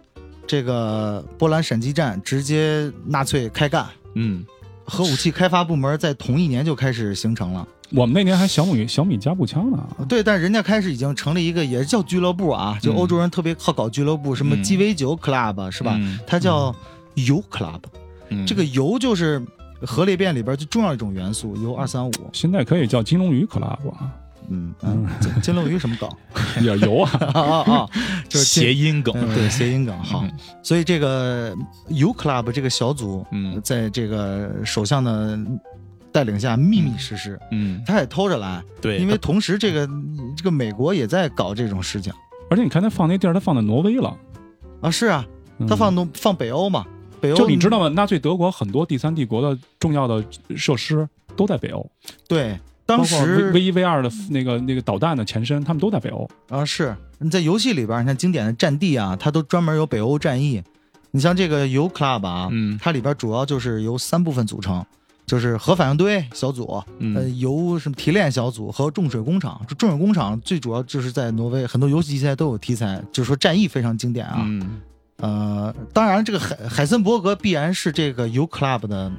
这个波兰闪击战直接纳粹开干，
嗯，
核武器开发部门在同一年就开始形成了。
我们那年还小米小米加步枪呢，
对，但人家开始已经成立一个也叫俱乐部啊，就
嗯
欧洲人特别好搞俱乐部，什么
嗯
GV 九 Club 啊是吧？
嗯
它叫铀 Club，、
嗯
这个铀就是核裂变里边最重要一种元素，
嗯
铀二三五。
现在可以叫金龙 鱼 club 啊，
嗯嗯，金金龙鱼什么梗？
也油啊，
啊啊 啊！就是金
谐音梗，
嗯，对，谐音梗好
嗯。
所以这个 U Club 这个小组，
嗯
在这个首相的带领下秘密实施，
嗯，
他也偷着来，
对，
因为同时这个这个美国也在搞这种事情
而且你看他放那地儿，他放在挪威了，
啊，是啊，
嗯
他放东放北欧嘛，北欧
就你知道吗？纳粹德国很多第三帝国的重要的设施都在北欧，
对，当
包括 V
时
一 V 二的那个那个导弹的前身，他们都在北欧。
啊是你在游戏里边，你看经典的战地啊，它都专门有北欧战役，你像这个 U Club 啊，
嗯
它里边主要就是由三部分组成。就是核反应堆小组，呃，
嗯
由什么提炼小组和重水工厂，这重水工厂最主要就是在挪威，很多游戏题材都有题材，就是说战役非常经典啊。
嗯
呃，当然这个海海森伯格必然是这个 U Club 的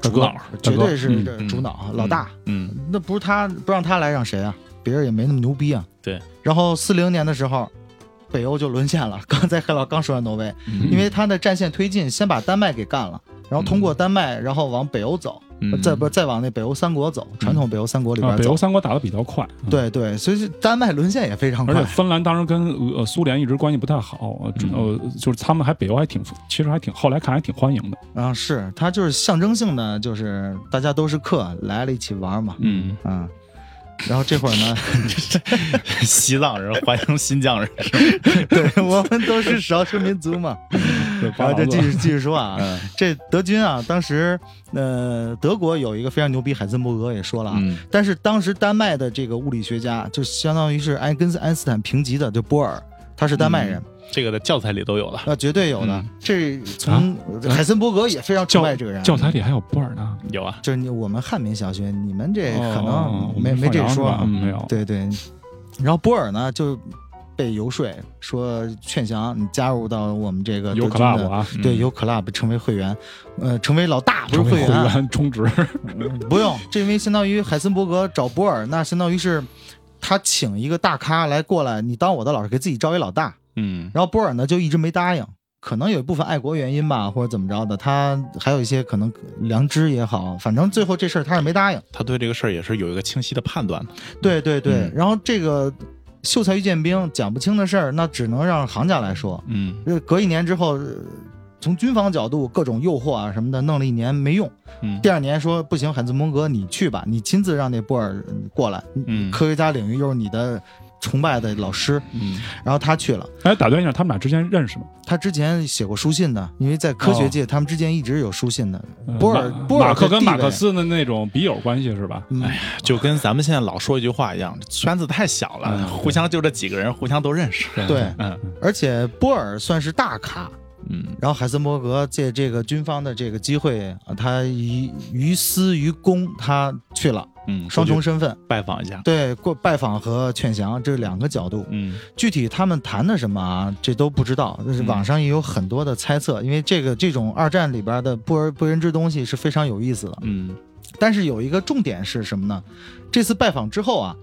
主脑
绝对是
嗯
这
嗯
主脑、老大，
嗯
那不是他不让他来让谁啊？别人也没那么牛逼啊。
对。
然后四零年的时候，北欧就沦陷了。刚才黑老刚说完挪威，
嗯
啊
因为他的战线推进，先把丹麦给干了，然后通过丹麦，然后往北欧走。
嗯
再不再往那北欧三国走，传统北欧三国里
啊，
边
北
走。
欧三国打得比较快，嗯，
对对，所以是丹麦沦陷也非常
而且
快。
芬兰当时跟俄呃苏联一直关系不太好，呃
嗯
呃，就是他们还北欧还挺，其实还挺，后来看还挺欢迎的。
啊，是它就是象征性的，就是大家都是客，来了一起玩嘛。
嗯，
嗯，然后这会儿 呢，
西藏人欢迎新疆人，
对我们都是少数民 族嘛。
对，
然后
巴
这
郎
继
子
续继续说 啊，
嗯
这德军啊，当时呃，德国有一个非常牛逼，海森伯格也说了啊。
嗯
但是当时丹麦的这个物理学家，就相当于是爱跟爱因斯坦平级的，就波尔，他是丹麦人，
嗯
这个在教材里都有了，
啊，绝对有的。
嗯
这
啊
从呃海森伯格也非常崇拜这个人。
教材里还有波尔呢，
有啊，
就是你我们汉民小学，你们这
哦
可
哦
能
我
没、
们
没这
放羊
说
是吧
啊
嗯。没有，
对对，然后波尔呢就被游说，说劝降你加入到我们这个
有
德军
club
的
啊，
对，
嗯
有 club 成为会员，呃，成为老大不是
成为
会
会
员啊，
员充值，
不用，这因为相当于海森伯格找波尔，那相当于是他请一个大咖来过来，你当我的老师，给自己招一老大。
嗯
然后波尔呢就一直没答应，可能有一部分爱国原因吧，或者怎么着的，他还有一些可能良知也好，反正最后这事儿他是没答应。
他对这个事儿也是有一个清晰的判断的，
对对对，
嗯
然后这个秀才遇见兵讲不清的事儿，那只能让行家来说。
嗯
呃，隔一年之后，呃从军方角度各种诱惑啊什么的，弄了一年没用。
嗯
第二年说不行，海森伯格你去吧，你亲自让那波尔嗯过来，
嗯
科学家领域又是你的崇拜的老师，
嗯
然后他去了。
哎，打断一下，他们俩之间认识吗？
他之前写过书信的，因为在科学界，他们之间一直有书信的。
呃
波尔
马
波尔
马克
的
跟
地
马克
位
思的那种笔友关系是吧？
嗯，
就跟咱们现在老说一句话一样，圈子太小了，
嗯
互相就这几个人，互相都认识。
对
嗯
而且波尔算是大咖，
嗯
然后海森伯格借这个军方的这个机会啊，他于于私于公，他去了
嗯，
双
出
重
去
身份，
拜访一下，
对过拜访和劝降这两个角度。
嗯
具体他们谈的什么啊，这都不知道。就是
嗯
网上也有很多的猜测，因为这个这种二战里边的不而不人之东西是非常有意思的。
嗯
但是有一个重点是什么呢？这次拜访之后啊，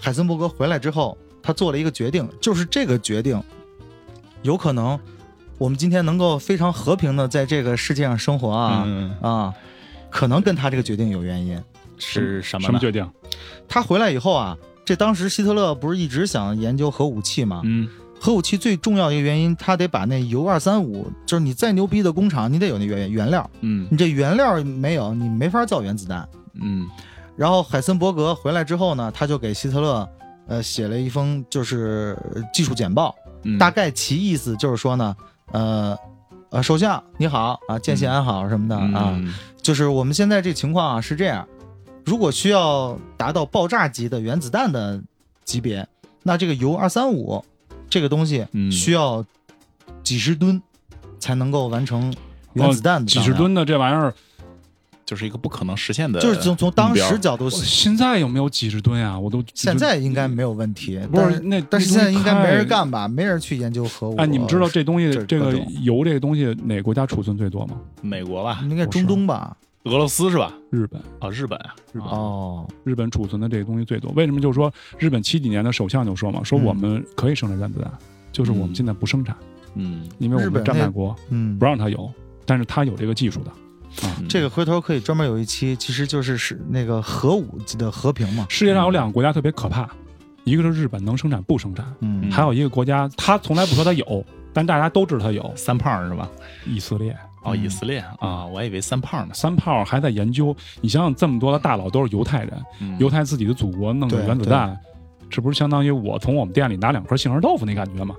海森伯格回来之后，他做了一个决定，就是这个决定有可能我们今天能够非常和平的在这个世界上生活啊、
嗯，
啊，可能跟他这个决定有原因。
是嗯什么
什么
呢？
决定？
他回来以后啊，这当时希特勒不是一直想研究核武器吗？
嗯
核武器最重要的一个原因，他得把那铀二三五，就是你再牛逼的工厂，你得有那原原料，
嗯
你这原料没有，你没法造原子弹。
嗯
然后海森伯格回来之后呢，他就给希特勒，呃，写了一封就是呃技术简报，
嗯，
大概其意思就是说呢，呃，呃，首相你好啊，见谢安好什么的、
嗯
啊，就是我们现在这情况啊是这样，如果需要达到爆炸级的原子弹的级别，那这个铀二三五这个东西
嗯
需要几十吨才能够完成原子弹的
哦几
当量、
十吨的这玩意儿，
就是一个不可能实现的目标，
就是从从当时角度，
现在有没有几十吨啊？我都
现在应该没有问题，
不
但
是那，
但是现在应该没人
干。
干吧？没人去研究核武。
哎，你们知道这东西
这，
这
各
个
种
油这个东西，哪个国家储存最多吗？
美国吧，
应该是中东吧？
俄罗斯是吧？
日本，
啊，日本啊，
日本
啊
哦，
日本储存的这个东西最多。为什么？就是说，日本七几年的首相就说嘛，说
嗯
我们可以生产原子弹，就是我们
嗯
现在不生产，
嗯，
因为我
日本
们战败
那
国
嗯
不，让他有，但是他有这个技术的。
嗯
这个回头可以专门有一期，其实就是是那个核武的和平嘛。
世界上有两个国家特别可怕，一个是日本能生产不生产，
嗯，
还有一个国家他从来不说他有，但大家都知道他有，
三胖是吧？
以色列。
哦，
嗯
以色列啊，我还以为三胖呢。
三炮还在研究，你想想这么多的大佬都是犹太人，
嗯
犹太自己的祖国弄个
对
原子弹，这不是相当于我从我们店里拿两颗杏仁豆腐那感觉吗？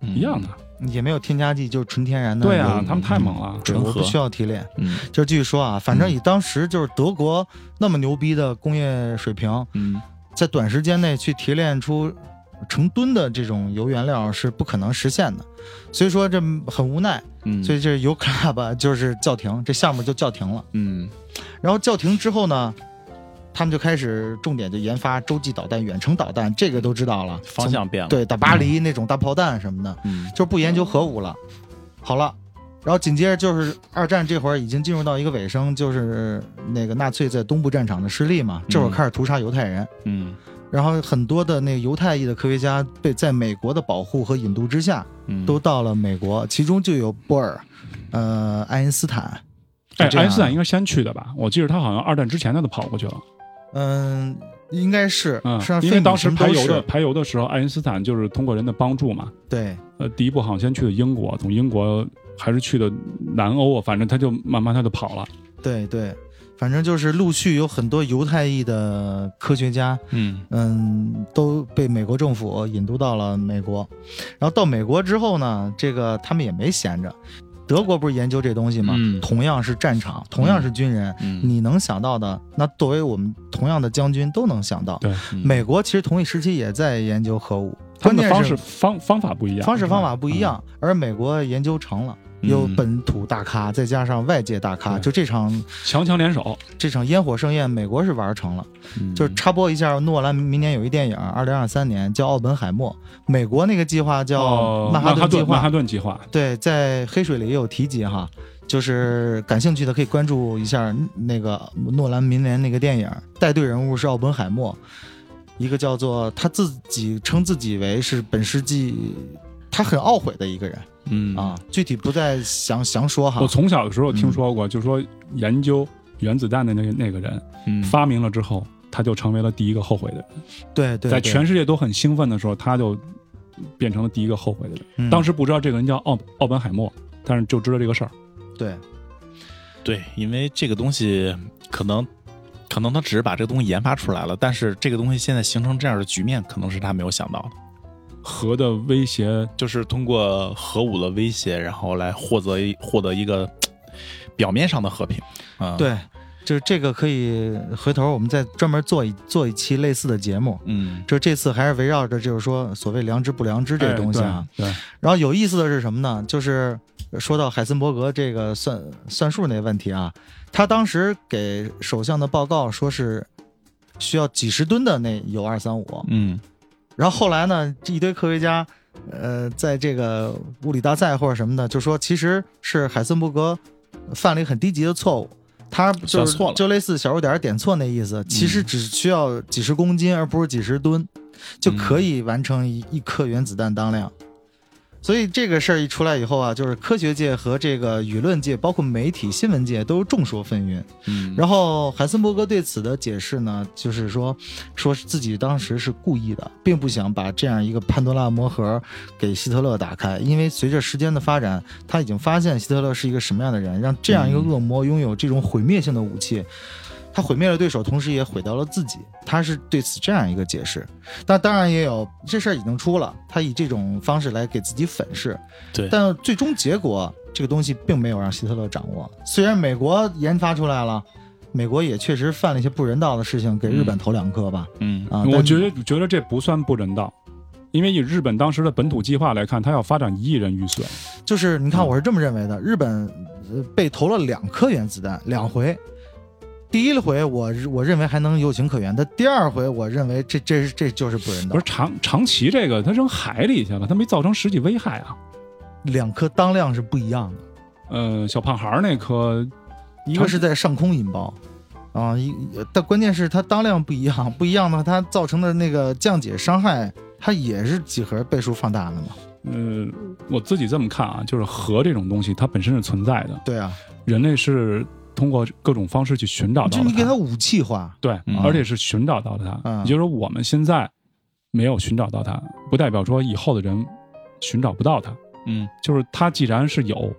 嗯
一样的。
也没有添加剂，就是纯天然的。
对啊
有，
他们太猛了。
纯
我不
核，
需要提炼。
嗯
就是继续说啊，反正
嗯
以当时就是德国那么牛逼的工业水平，
嗯
在短时间内去提炼出成吨的这种铀原料是不可能实现的，所以说这很无奈。
嗯，
所以这油 club 就是叫停，这项目就叫停了。
嗯
然后叫停之后呢，他们就开始重点就研发洲际导弹、远程导弹，这个都知道了，
方向变了，
从对打巴黎那种大炮弹什么的，
嗯
就不研究核武了。好了，然后紧接着就是二战这会儿已经进入到一个尾声，就是那个纳粹在东部战场的失利
嗯
嘛，这会儿开始屠杀犹太人。
嗯
然后很多的那个犹太裔的科学家被在美国的保护和引渡之下，
嗯
都到了美国，其中就有波尔，呃，爱因斯坦，
哎，
就这样啊
爱因斯坦应该先去的吧？我记得他好像二战之前他就跑过去了。
嗯，应该是，啊
嗯
实际上，
因为当时排油的
的，
排油的时候，爱因斯坦就是通过人的帮助嘛。
对，
呃，第一步好像先去的英国，从英国还是去的南欧啊，反正他就慢慢他就跑了。
对对，反正就是陆续有很多犹太裔的科学家，
嗯
嗯，都被美国政府引渡到了美国。然后到美国之后呢，这个他们也没闲着。德国不是研究这东西吗？
嗯
同样是战场，同样是军人，
嗯，
你能想到的，那作为我们同样的将军都能想到。
对，
嗯
美国其实同一时期也在研究核武，
他
关
们
键
的
是
方式方方法不一样，
方式方法
嗯
不一。样，而美国研究成了。有
嗯
本土大咖，再加上外界大咖，
对
就这场
嗯强强联手，
这场烟火盛宴，美国是玩成了。
嗯
就是插播一下，诺兰明年有一电影，二零二三年叫《奥本海默》，美国那个计划叫
哦
曼哈
曼哈
顿计
顿曼
划，
哈顿计划，
对，在黑水里也有提及哈。就是感兴趣的可以关注一下那个诺兰明年那个电影，带队人物是奥本海默，一个叫做他自己称自己为是本世纪他很懊悔的一个人
嗯
啊，具体不再详详说哈
我。从小的时候听说
嗯
过，就说研究原子弹的那个那个人
嗯
发明了之后，他就成为了第一个后悔的人。
对对，
在
对
全世界都很兴奋的时候，他就变成了第一个后悔的人。
嗯
当时不知道这个人叫奥奥本海默，但是就知道这个事儿。
对
啊
对，因为这个东西可能。可能他只是把这个东西研发出来了，但是这个东西现在形成这样的局面，可能是他没有想到的，
核的威胁，
就是通过核武的威胁，然后来获得一获得一个嘖表面上的和平。啊、
对，就是这个可以回头我们再专门做一做一期类似的节目。
嗯
就这次还是围绕着就是说所谓良知不良知这个东西啊。
哎对，对
然后有意思的是什么呢？就是说到海森伯格这个算算术那问题啊，他当时给首相的报告说是需要几十吨的那铀二三五，
嗯
然后后来呢，这一堆科学家，呃，在这个物理大赛或者什么的，就说其实是海森伯格犯了一个很低级的错误，他就
算
是
错了嗯
就类似小数点点错那意思，其实只需要几十公斤，而不是几十吨，就可以完成一一颗原子弹当量。所以这个事儿一出来以后啊，就是科学界和这个舆论界，包括媒体、新闻界都众说纷纭。
嗯，
然后海森伯格对此的解释呢，就是说，说自己当时是故意的，并不想把这样一个潘多拉魔盒给希特勒打开，因为随着时间的发展，他已经发现希特勒是一个什么样的人，让这样一个恶魔拥有这种毁灭性的武器。他毁灭了对手，同时也毁掉了自己。他是对此这样一个解释。但当然也有这事儿已经出了，他以这种方式来给自己粉饰。
对
但最终结果这个东西并没有让希特勒掌握。虽然美国研发出来了，美国也确实犯了一些不人道的事情，给日本投两颗吧。
嗯
啊，
我
但
觉得觉得这不算不人道，因为以日本当时的本土计划来看，它要发展一亿人预算，
就是你看，
嗯
我是这么认为的：日本呃被投了两颗原子弹，两回。第一回我我认为还能有情可原，但第二回我认为这这这就是不人道
不是。长长崎这个它扔海里去了，它没造成实际危害啊。
两颗当量是不一样的。
呃，小胖孩儿那颗，
一个是在上空引爆，啊，一但关键是它当量不一样， 不一样的话，它造成的那个降解伤害，它也是几何倍数放大的嘛。
呃，我自己这么看啊，就是核这种东西它本身是存在的，
对啊，
人类是通过各种方式去寻找
就
到
你给
的
它
它，
武器化，
对
嗯，
而且是寻找到的它。
嗯
也就是说，我们现在没有寻找到它，不代表说以后的人寻找不到它。
嗯
就是它既然是有，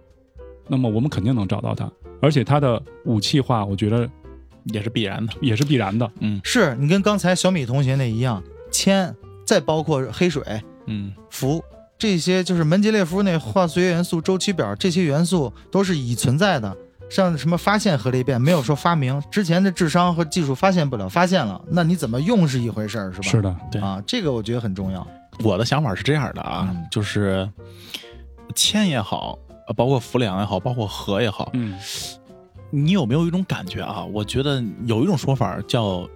那么我们肯定能找到它，而且它的武器化，我觉得
也是必然的，
也是必然的。
嗯
是你跟刚才小米同学那一样，铅，再包括黑水、
嗯
氟这些，就是门捷列夫那化学元素周期表，这些元素都是已存在的。像什么发现核裂变，没有说发明之前的智商和技术发现不了，发现了，那你怎么用是一回事儿，是吧？
是的，
对
啊，这个我觉得很重要。
我的想法是这样的啊，
嗯
就是铅也好，呃包括氟两也好，包括核也好，
嗯，
你有没有一种感觉啊？我觉得有一种说法叫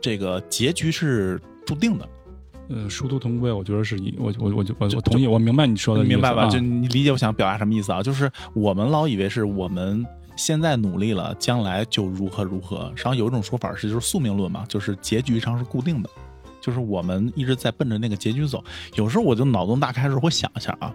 这个结局是注定的，
呃，殊途同归，我觉得是一，我我我我
就
我同意，我明白你说的意
你
思，
明白吧？
啊
就你理解我想表达什么意思啊？就是我们老以为是我们。现在努力了，将来就如何如何。实际上有一种说法是，就是宿命论嘛，就是结局上是固定的，就是我们一直在奔着那个结局走。有时候我就脑洞大开的时候，我想一下啊，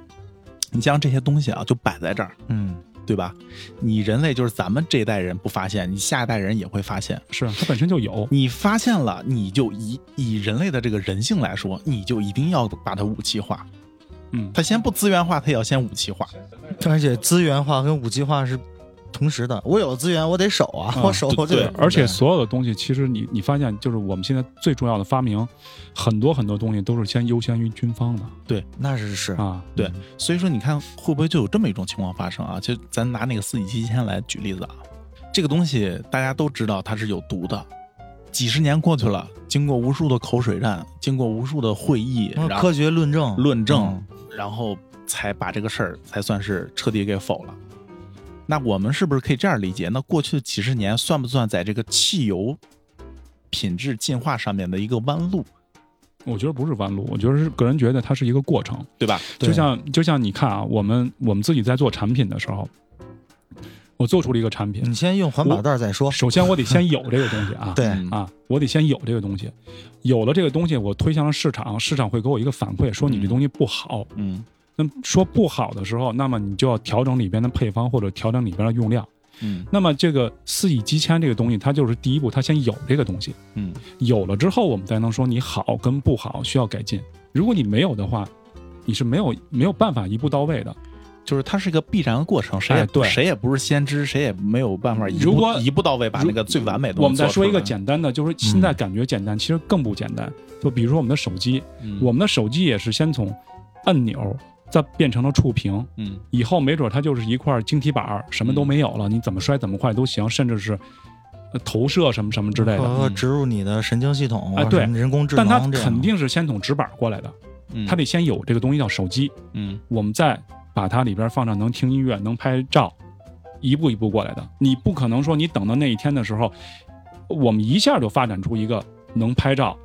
你将这些东西啊就摆在这儿，
嗯，
对吧？你人类就是咱们这一代人不发现，你下一代人也会发现。
是它本身就有，
你发现了，你就以以人类的这个人性来说，你就一定要把它武器化。
嗯，
它先不资源化，它也要先武器化。
而且资源化跟武器化是同时的。我有资源，我得守啊，
啊
我守我就
对
得
而且所有的东西，其实你你发现，就是我们现在最重要的发明，很多很多东西都是先优先于军方的
那是是，
啊。
对，所以说你看会不会就有这么一种情况发生啊？就咱拿那个四乙基铅来举例子啊，这个东西大家都知道它是有毒的，几十年过去了，经过无数的口水战，经过无数的会议，
嗯
然后
科学论证
论证，
嗯
然后才把这个事儿才算是彻底给否了。那我们是不是可以这样理解？那过去的几十年算不算在这个汽油品质进化上面的一个弯路，
我觉得不是弯路，我觉得是个人觉得它是一个过程，
对吧？
对
就像就像你看啊，我们我们自己在做产品的时候，我做出了一个产品
你，先用环保袋再说。
首先我得先有这个东西啊
嗯 ，对，
嗯
啊，我得先有这个东西，有了这个东西，我推向了市场，市场会给我一个反馈，说你这东西不好。
嗯
那么说不好的时候，那么你就要调整里边的配方或者调整里边的用量。
嗯
那么这个四乙基铅这个东西，它就是第一步，它先有这个东西，
嗯
有了之后，我们才能说你好跟不好需要改进。如果你没有的话，你是没有没有办法一步到位的。
就是它是一个必然的过程，谁也、
哎对
谁也不是先知，谁也没有办法一步
如果
一步到位把
如
那个最完美的东西
我们再
做出
说一个
来
简单的，就是现在感觉简单，其实更不简单。就比如说我们的手机，
嗯
我们的手机也是先从按钮，再变成了触屏，
嗯嗯
以后没准它就是一块晶体板儿，什么都没有了，你怎么摔怎么坏都行，甚至是呃投射什么什么之类
哦
的。嗯
和植入你的神经系统，
哎对
什么人工智能
但
这
它
样，
肯定是先从直板过来的，
嗯
它得先有这个东西叫手机，
嗯
我们再把它里边放上能听音乐、能拍照，一步一步过来的。你不可能说你等到那一天的时候，我们一下就发展出一个能拍照、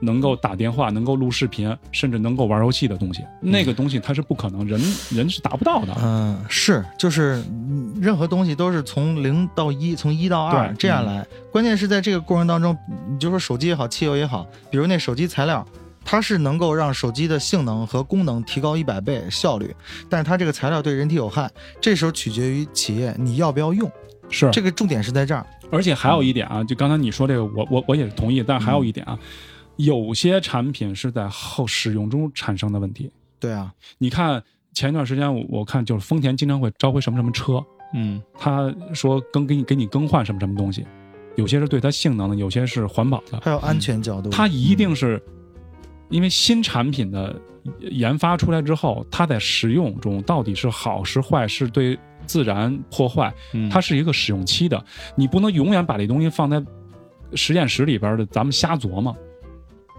能够打电话、能够录视频，甚至能够玩游戏的东西。那个东西它是不可能，人人是达不到的。
嗯，是，就是嗯任何东西都是从零到一，从一到二
对嗯
这样来。关键是在这个过程当中，你就说手机也好，汽油也好，比如那手机材料，它是能够让手机的性能和功能提高一百倍效率，但是它这个材料对人体有害，这时候取决于企业你要不要用。
是
这个嗯重点是在这儿。
而且还有一点啊，就刚才你说这个，我我我也同意，但还
嗯
有一点啊，有些产品是在后使用中产生的问题。
对啊，
你看前一段时间我我看就是丰田经常会召回什么什么车，
嗯
他说更给你给你更换什么什么东西，有些是对它性能的，有些是环保的，
还有安全角度，
嗯它一定是因为新产品的研发出来之后，它在使用中到底是好是坏，是对自然破坏，
嗯，
它是一个使用期的，你不能永远把这东西放在实验室里边的，咱们瞎琢磨。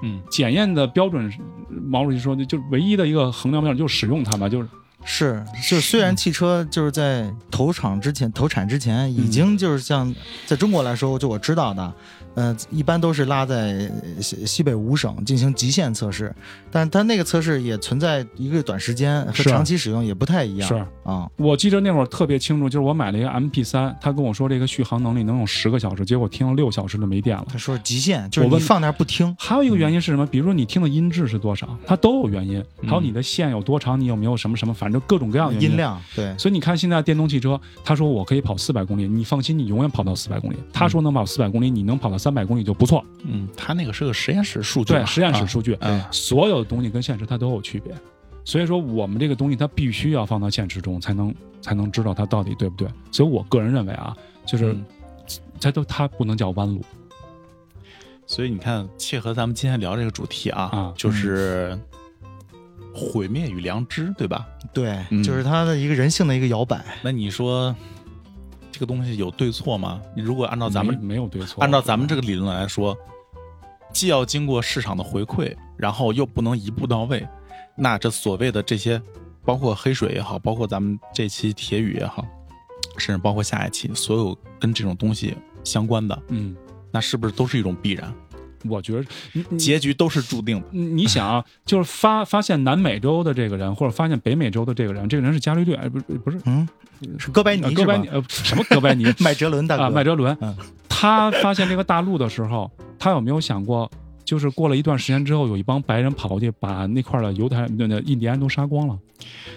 嗯
检验的标准，毛主席说的，就唯一的一个衡量标准就是使用它嘛，就是
是，就虽然汽车就是在投产之前，投产之前已经就是像在中国来说，就我知道的，呃，一般都是拉在呃西西北五省进行极限测试，但它那个测试也存在一个短时间和
是
长期使用也不太一样，
是。
啊，
我记得那会儿特别清楚，就是我买了一个 MP 三，他跟我说这个续航能力能用十个小时，结果听了六小时就没电了。
他说极限就是
我
你
问
放那儿不听，
还有一个原因是什么？比如说你听的音质是多少，它都有原因。
嗯
还有你的线有多长，你有没有什么什么，反正各种各样的原因
音。量对，
所以你看，现在电动汽车，他说我可以跑四百公里，你放心，你永远跑到四百公里。他说能跑四百公里，你能跑到三百公里就不错。
嗯，它那个是个实验室数据嘛，
对，实验室
啊
数据，
嗯
所有的东西跟现实它都有区别。所以说，我们这个东西它必须要放到现实中，才能才能知道它到底对不对。所以我个人认为啊，就是
嗯
它都它不能叫弯路，
所以你看，切合咱们今天聊这个主题啊，
啊
就是毁灭与良知，对吧？
对，
嗯
就是它的一个人性的一个摇摆，
那你说这个东西有对错吗？你如果按哦照咱们
没没有对错。
按照咱们这个理论来说，既要经过市场的回馈，然后又不能一步到位，那这所谓的这些，包括黑水也好，包括咱们这期铁雨也好，甚至包括下一期所有跟这种东西相关的，
嗯，
那是不是都是一种必然？
我觉得你你
结局都是注定的。
你你想啊，就是发发现南美洲的这个人，或者发现北美洲的这个人，这个人是伽利略，哎，不是不是
嗯，是哥白尼
呃
是
哥白
吧
尼，？呃，什么哥白尼
麦哲伦大哥，
啊，麦哲伦
嗯，
他发现这个大陆的时候，他有没有想过，就是过了一段时间之后，有一帮白人跑过去把那块儿的犹太那那印第安都杀光了？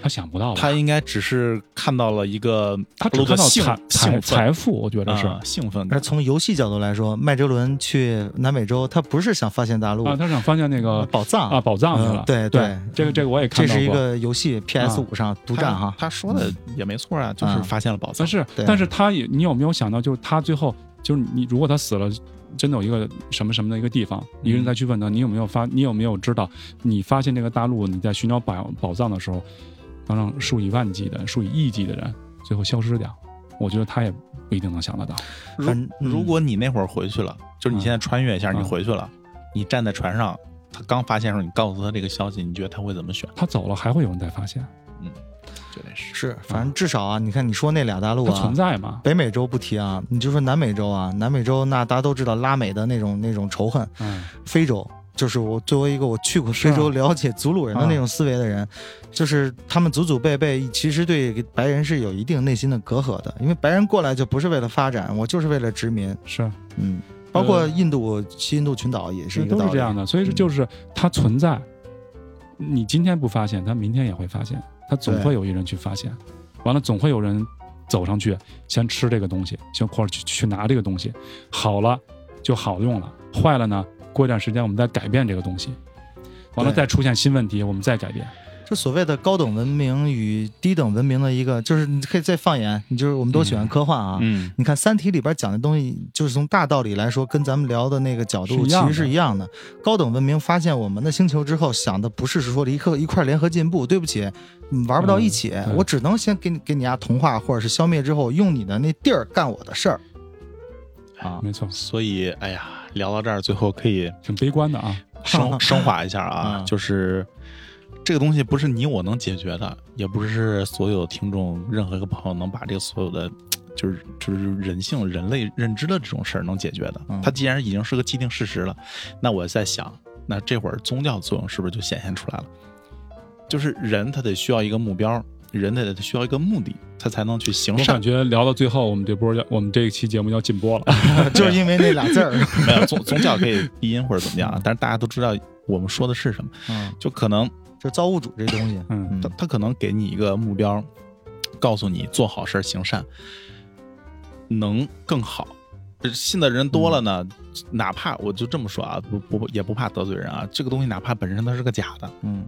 他想不到吧，
他应该只是看到了一个
他
大
只
陆
看
的
到
兴
财财
兴奋，
财富，我觉得是
嗯
啊兴奋
而
感。
从游戏角度来说，麦哲伦去南美洲，他不是想发现大陆
啊，他想发现那个
宝藏
啊宝藏去
嗯
了。
对
对
对，
这个这个我也
这
看到
是一
过。嗯
个游戏 PS 五上独占哈。
他说的也没错啊，就是
嗯
发现了宝藏
但。是
对，
但是他也，你有没有想到，就是他最后，就是你，如果他死了，真的有一个什么什么的一个地方，一个人再去问他，你有没有发，你有没有知道，你发现这个大陆，你在寻找宝宝藏的时候，能让数以万计的、数以亿计的人最后消失掉，我觉得他也不一定能想得到。
如
反嗯
如果你那会儿回去了，就是你现在穿越一下，
嗯
你回去了，你站在船上，他刚发现的时候，你告诉他这个消息，你觉得他会怎么选？
他走了，还会有人再发现，
绝对是
是，反正至少啊，你看你说那俩大陆
它
啊
存。在嘛？
北美洲不提啊，你就说南美洲啊，南美洲那大家都知道拉美的那种那种仇恨，
嗯，
非洲就是我作为一个我去过
啊
非洲了解祖鲁人的那
嗯
种思维的人，就是他们祖祖辈辈其实对白人是有一定内心的隔阂的，因为白人过来就不是为了发展，我就是为了殖民，
是，
嗯，包括印度、西印度群岛也是一个
都
道
是
理，
这样的。所以
嗯
说，就是它存在，你今天不发现，它明天也会发现，它总
对
会有一人去发现，完了总会有人走上去先吃这个东西，先或者去去拿这个东西，好了就好用了，坏了呢，过一段时间我们再改变这个东西，完了
对
再出现新问题，我们再改变。
就所谓的高等文明与低等文明的一个，就是你可以再放眼，你就是我们都喜欢科幻啊。
嗯，
你看《三体》里边讲的东西，就是从大道理来说，跟咱们聊的那个角
是
度
一
其
样的
实是一样的。高等文明发现我们的星球之后，想的不是说一块一块联合进步，对不起，嗯玩不到一起，
嗯对
我只啊能先给你给你家同化或者是消灭之后，用你的那地儿干我的事儿。啊。
没错，
所以，哎呀，聊到这儿，最后可以
挺悲观的啊。
升升华一下啊，
嗯
就是这个东西不是你我能解决的，也不是所有听众任何一个朋友能把这个所有的。就是就是人性、人类认知的这种事儿能解决的
嗯。
它既然已经是个既定事实了，那我在想，那这会儿宗教作用是不是就显现出来了？就是人他得需要一个目标，人得需要一个目的，他才能去行
我
善
感。觉聊到最后，我们这波要我们这一期节目要禁 播了。
就是因为那俩字 儿。
没有宗宗教可以 避音或者怎么样啊，但是大家都知道我们说的是什么，
嗯，
就可能
就造物主这东西，
嗯，
他
嗯
他可能给你一个目标，告诉你做好事儿行善能更好。呃信的人多了呢，
嗯
哪怕我就这么说啊，不不也不怕得罪人啊。这个东西哪怕本身它是个假的，
嗯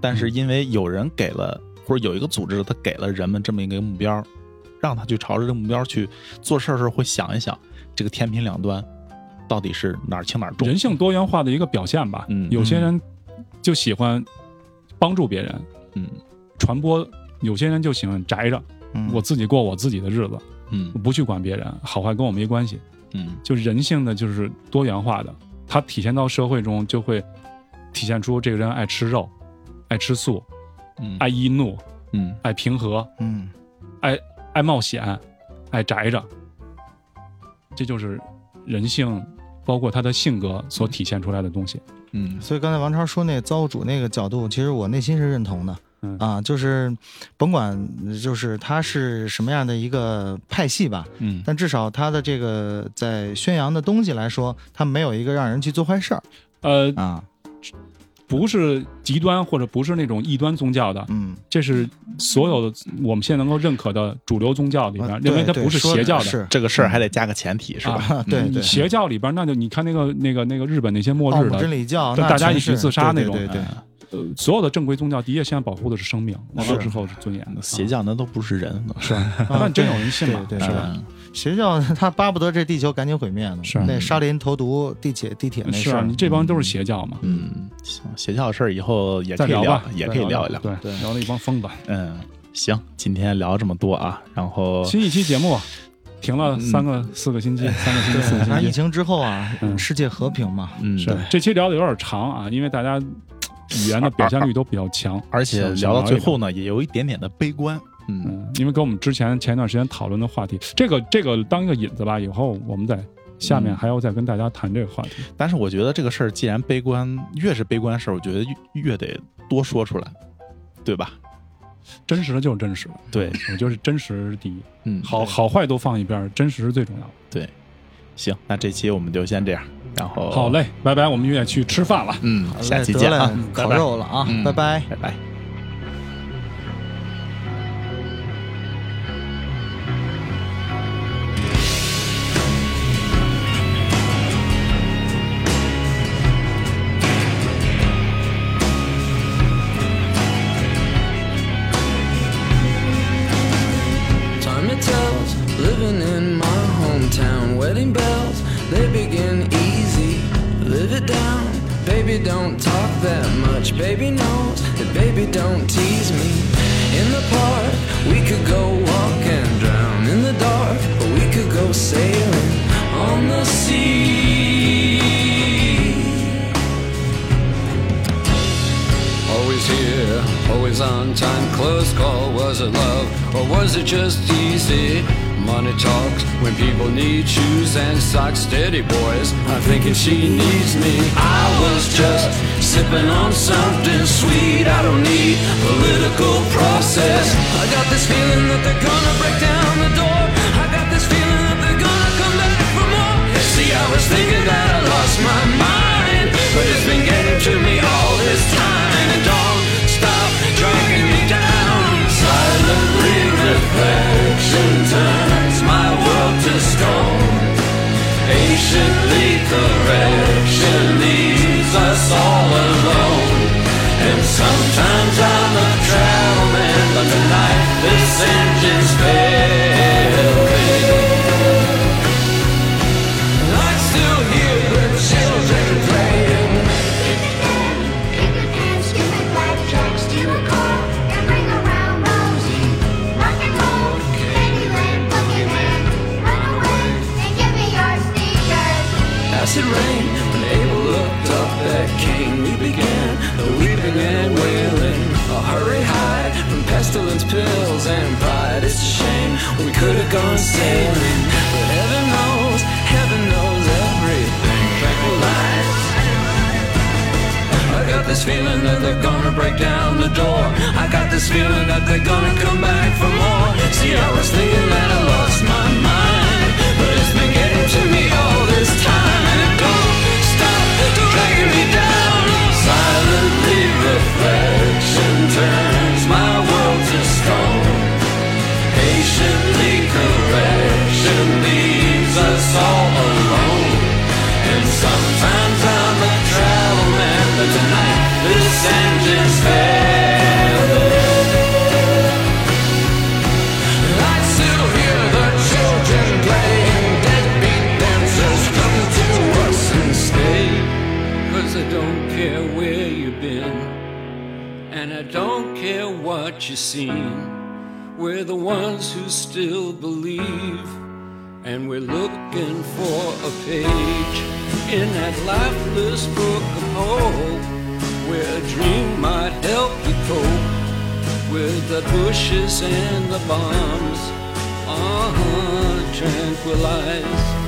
但是因为有人给了，或者有一个组织，他给了人们这么一个目标，让他去朝着这个目标去做事儿的时候，会想一想这个天平两端到底是哪儿轻哪儿重。
人性多元化的一个表现吧。
嗯
有些人就喜欢帮助别人，
嗯
传播；有些人就喜欢宅着，
嗯，
我自己过我自己的日子，
嗯
不去管别人，好坏跟我没关系。
嗯
就人性的就是多元化的，它体现到社会中就会体现出这个人爱吃肉，爱吃素，
嗯
哎
爱易怒，
嗯
爱平和，
嗯
爱冒险，爱宅着，这就是人性，包括他的性格所体现出来的东西。
嗯
所以刚才王超说那造物主那个角度，其实我内心是认同的。
嗯
啊，就是甭管就是他是什么样的一个派系吧，
嗯，
但至少他的这个在宣扬的东西来说，他没有一个让人去做坏事儿
呃，
啊。
不是极端或者不是那种异端宗教的，
嗯，
这是所有的我们现在能够认可的主流宗教里边，
啊
认为它
对对
不是
说
邪教的。
是嗯
这个事儿还得加个前提是吧？
啊对
嗯
哦
你
对，
邪教里边，那就你看那个那个那个日本那些末
奥
日
姆真
的，
理教，
就
那
大家
全
一起
是
自杀
对
那种
对对对，
呃所有的正规宗教，第一现在保护的是生命，完了
是
之后是尊严的。
邪教那都不是人，是吧？
啊
那真有
对
人信吗
对对
是
对
吧
邪教他巴不得这地球赶紧毁灭呢。
是啊
那沙林投毒、地铁地铁那
是
事
啊，
儿
你，这帮都是邪教嘛，
嗯，行，邪教的事儿以后也
再
可以聊，
吧，
也
再
可以聊
聊
一聊。
对，
对
聊了一帮疯子。
嗯，行，今天聊这么多啊，然后
新一期节目啊停了三个、四个星期，三个星期、四个
那
星
疫
期。
情之后啊，
啊嗯
世界和平嘛，
嗯，
是这期聊的有点长啊，因为大家语言的表现率都比较强，
而且
想
聊到最，后
想
呢，也有一点点的悲观。
一
嗯，
聊嗯，因为跟我们之前前一段时间讨论的话题，这个这个当一个引子吧，以后我们在下面
嗯
还要再跟大家谈这个话题。
但是我觉得这个事儿既然悲观，越是悲观的事儿，我觉得越越得多说出来，对吧？
真实的就是真实的，
对，
我就是真实第一，
嗯，
好好坏都放一边儿，真实是最重要的。
行，那这期我们就先这样，然后
好，嘞，拜拜，我们也去吃饭了。
嗯，
好嘞
下期
得
见
嘞
啊，拜
烤
拜
肉了啊
嗯，
拜拜。
拜拜。
Time it tells, living in my hometown. Wedding bells, they begin easy. Live it down, baby, don't talk that much. Baby knows that baby don't tease me. In the park, we could go walk and drown. In the dark, or we could go sailing on the sea. Always here, always on time. Close call, was it love or was it just easy? Money talks when people need shoes and socks. Steady boys, I'm thinking she needs me. I was just sipping on something sweet. I don't need political process. I got this feeling that they're gonna break down the door. I got this feeling that they're gonna come back for more. See, I was thinking that I lost my mind, but it's been getting to me all this time. And don't stop dragging me down. Silently reflection turns my world to stone. Patiently correction leaves us all alone. And sometimes I'm a travel man, but tonight this engine's failing. And I still hear the children playing.
Rock and roll, Candyland, Boogeyman, run away and give me your steam.
on sailing. But heaven knows, heaven knows everything. Tranquilize. I got this feeling that they're gonna break down the door. I got this feeling that they're gonna come back for more. See, I was thinking that I lost my mind, but it's been getting to me all this time, and it don't stop dragging me down. Silently, reflection turns my world to stone. Patiently, correction leaves us all alone. And sometimes I'm a travel man, but tonight this engine's failing. I still hear the children playing deadbeat dancers come to us and stay. Cause I don't care where you've been, and I don't care what you've seen. We're the ones who still believe. And we're looking for a page in that lifeless book of hope where a dream might help you cope with the bushes and the bombs. Uh huh, Uh-huh, tranquilize.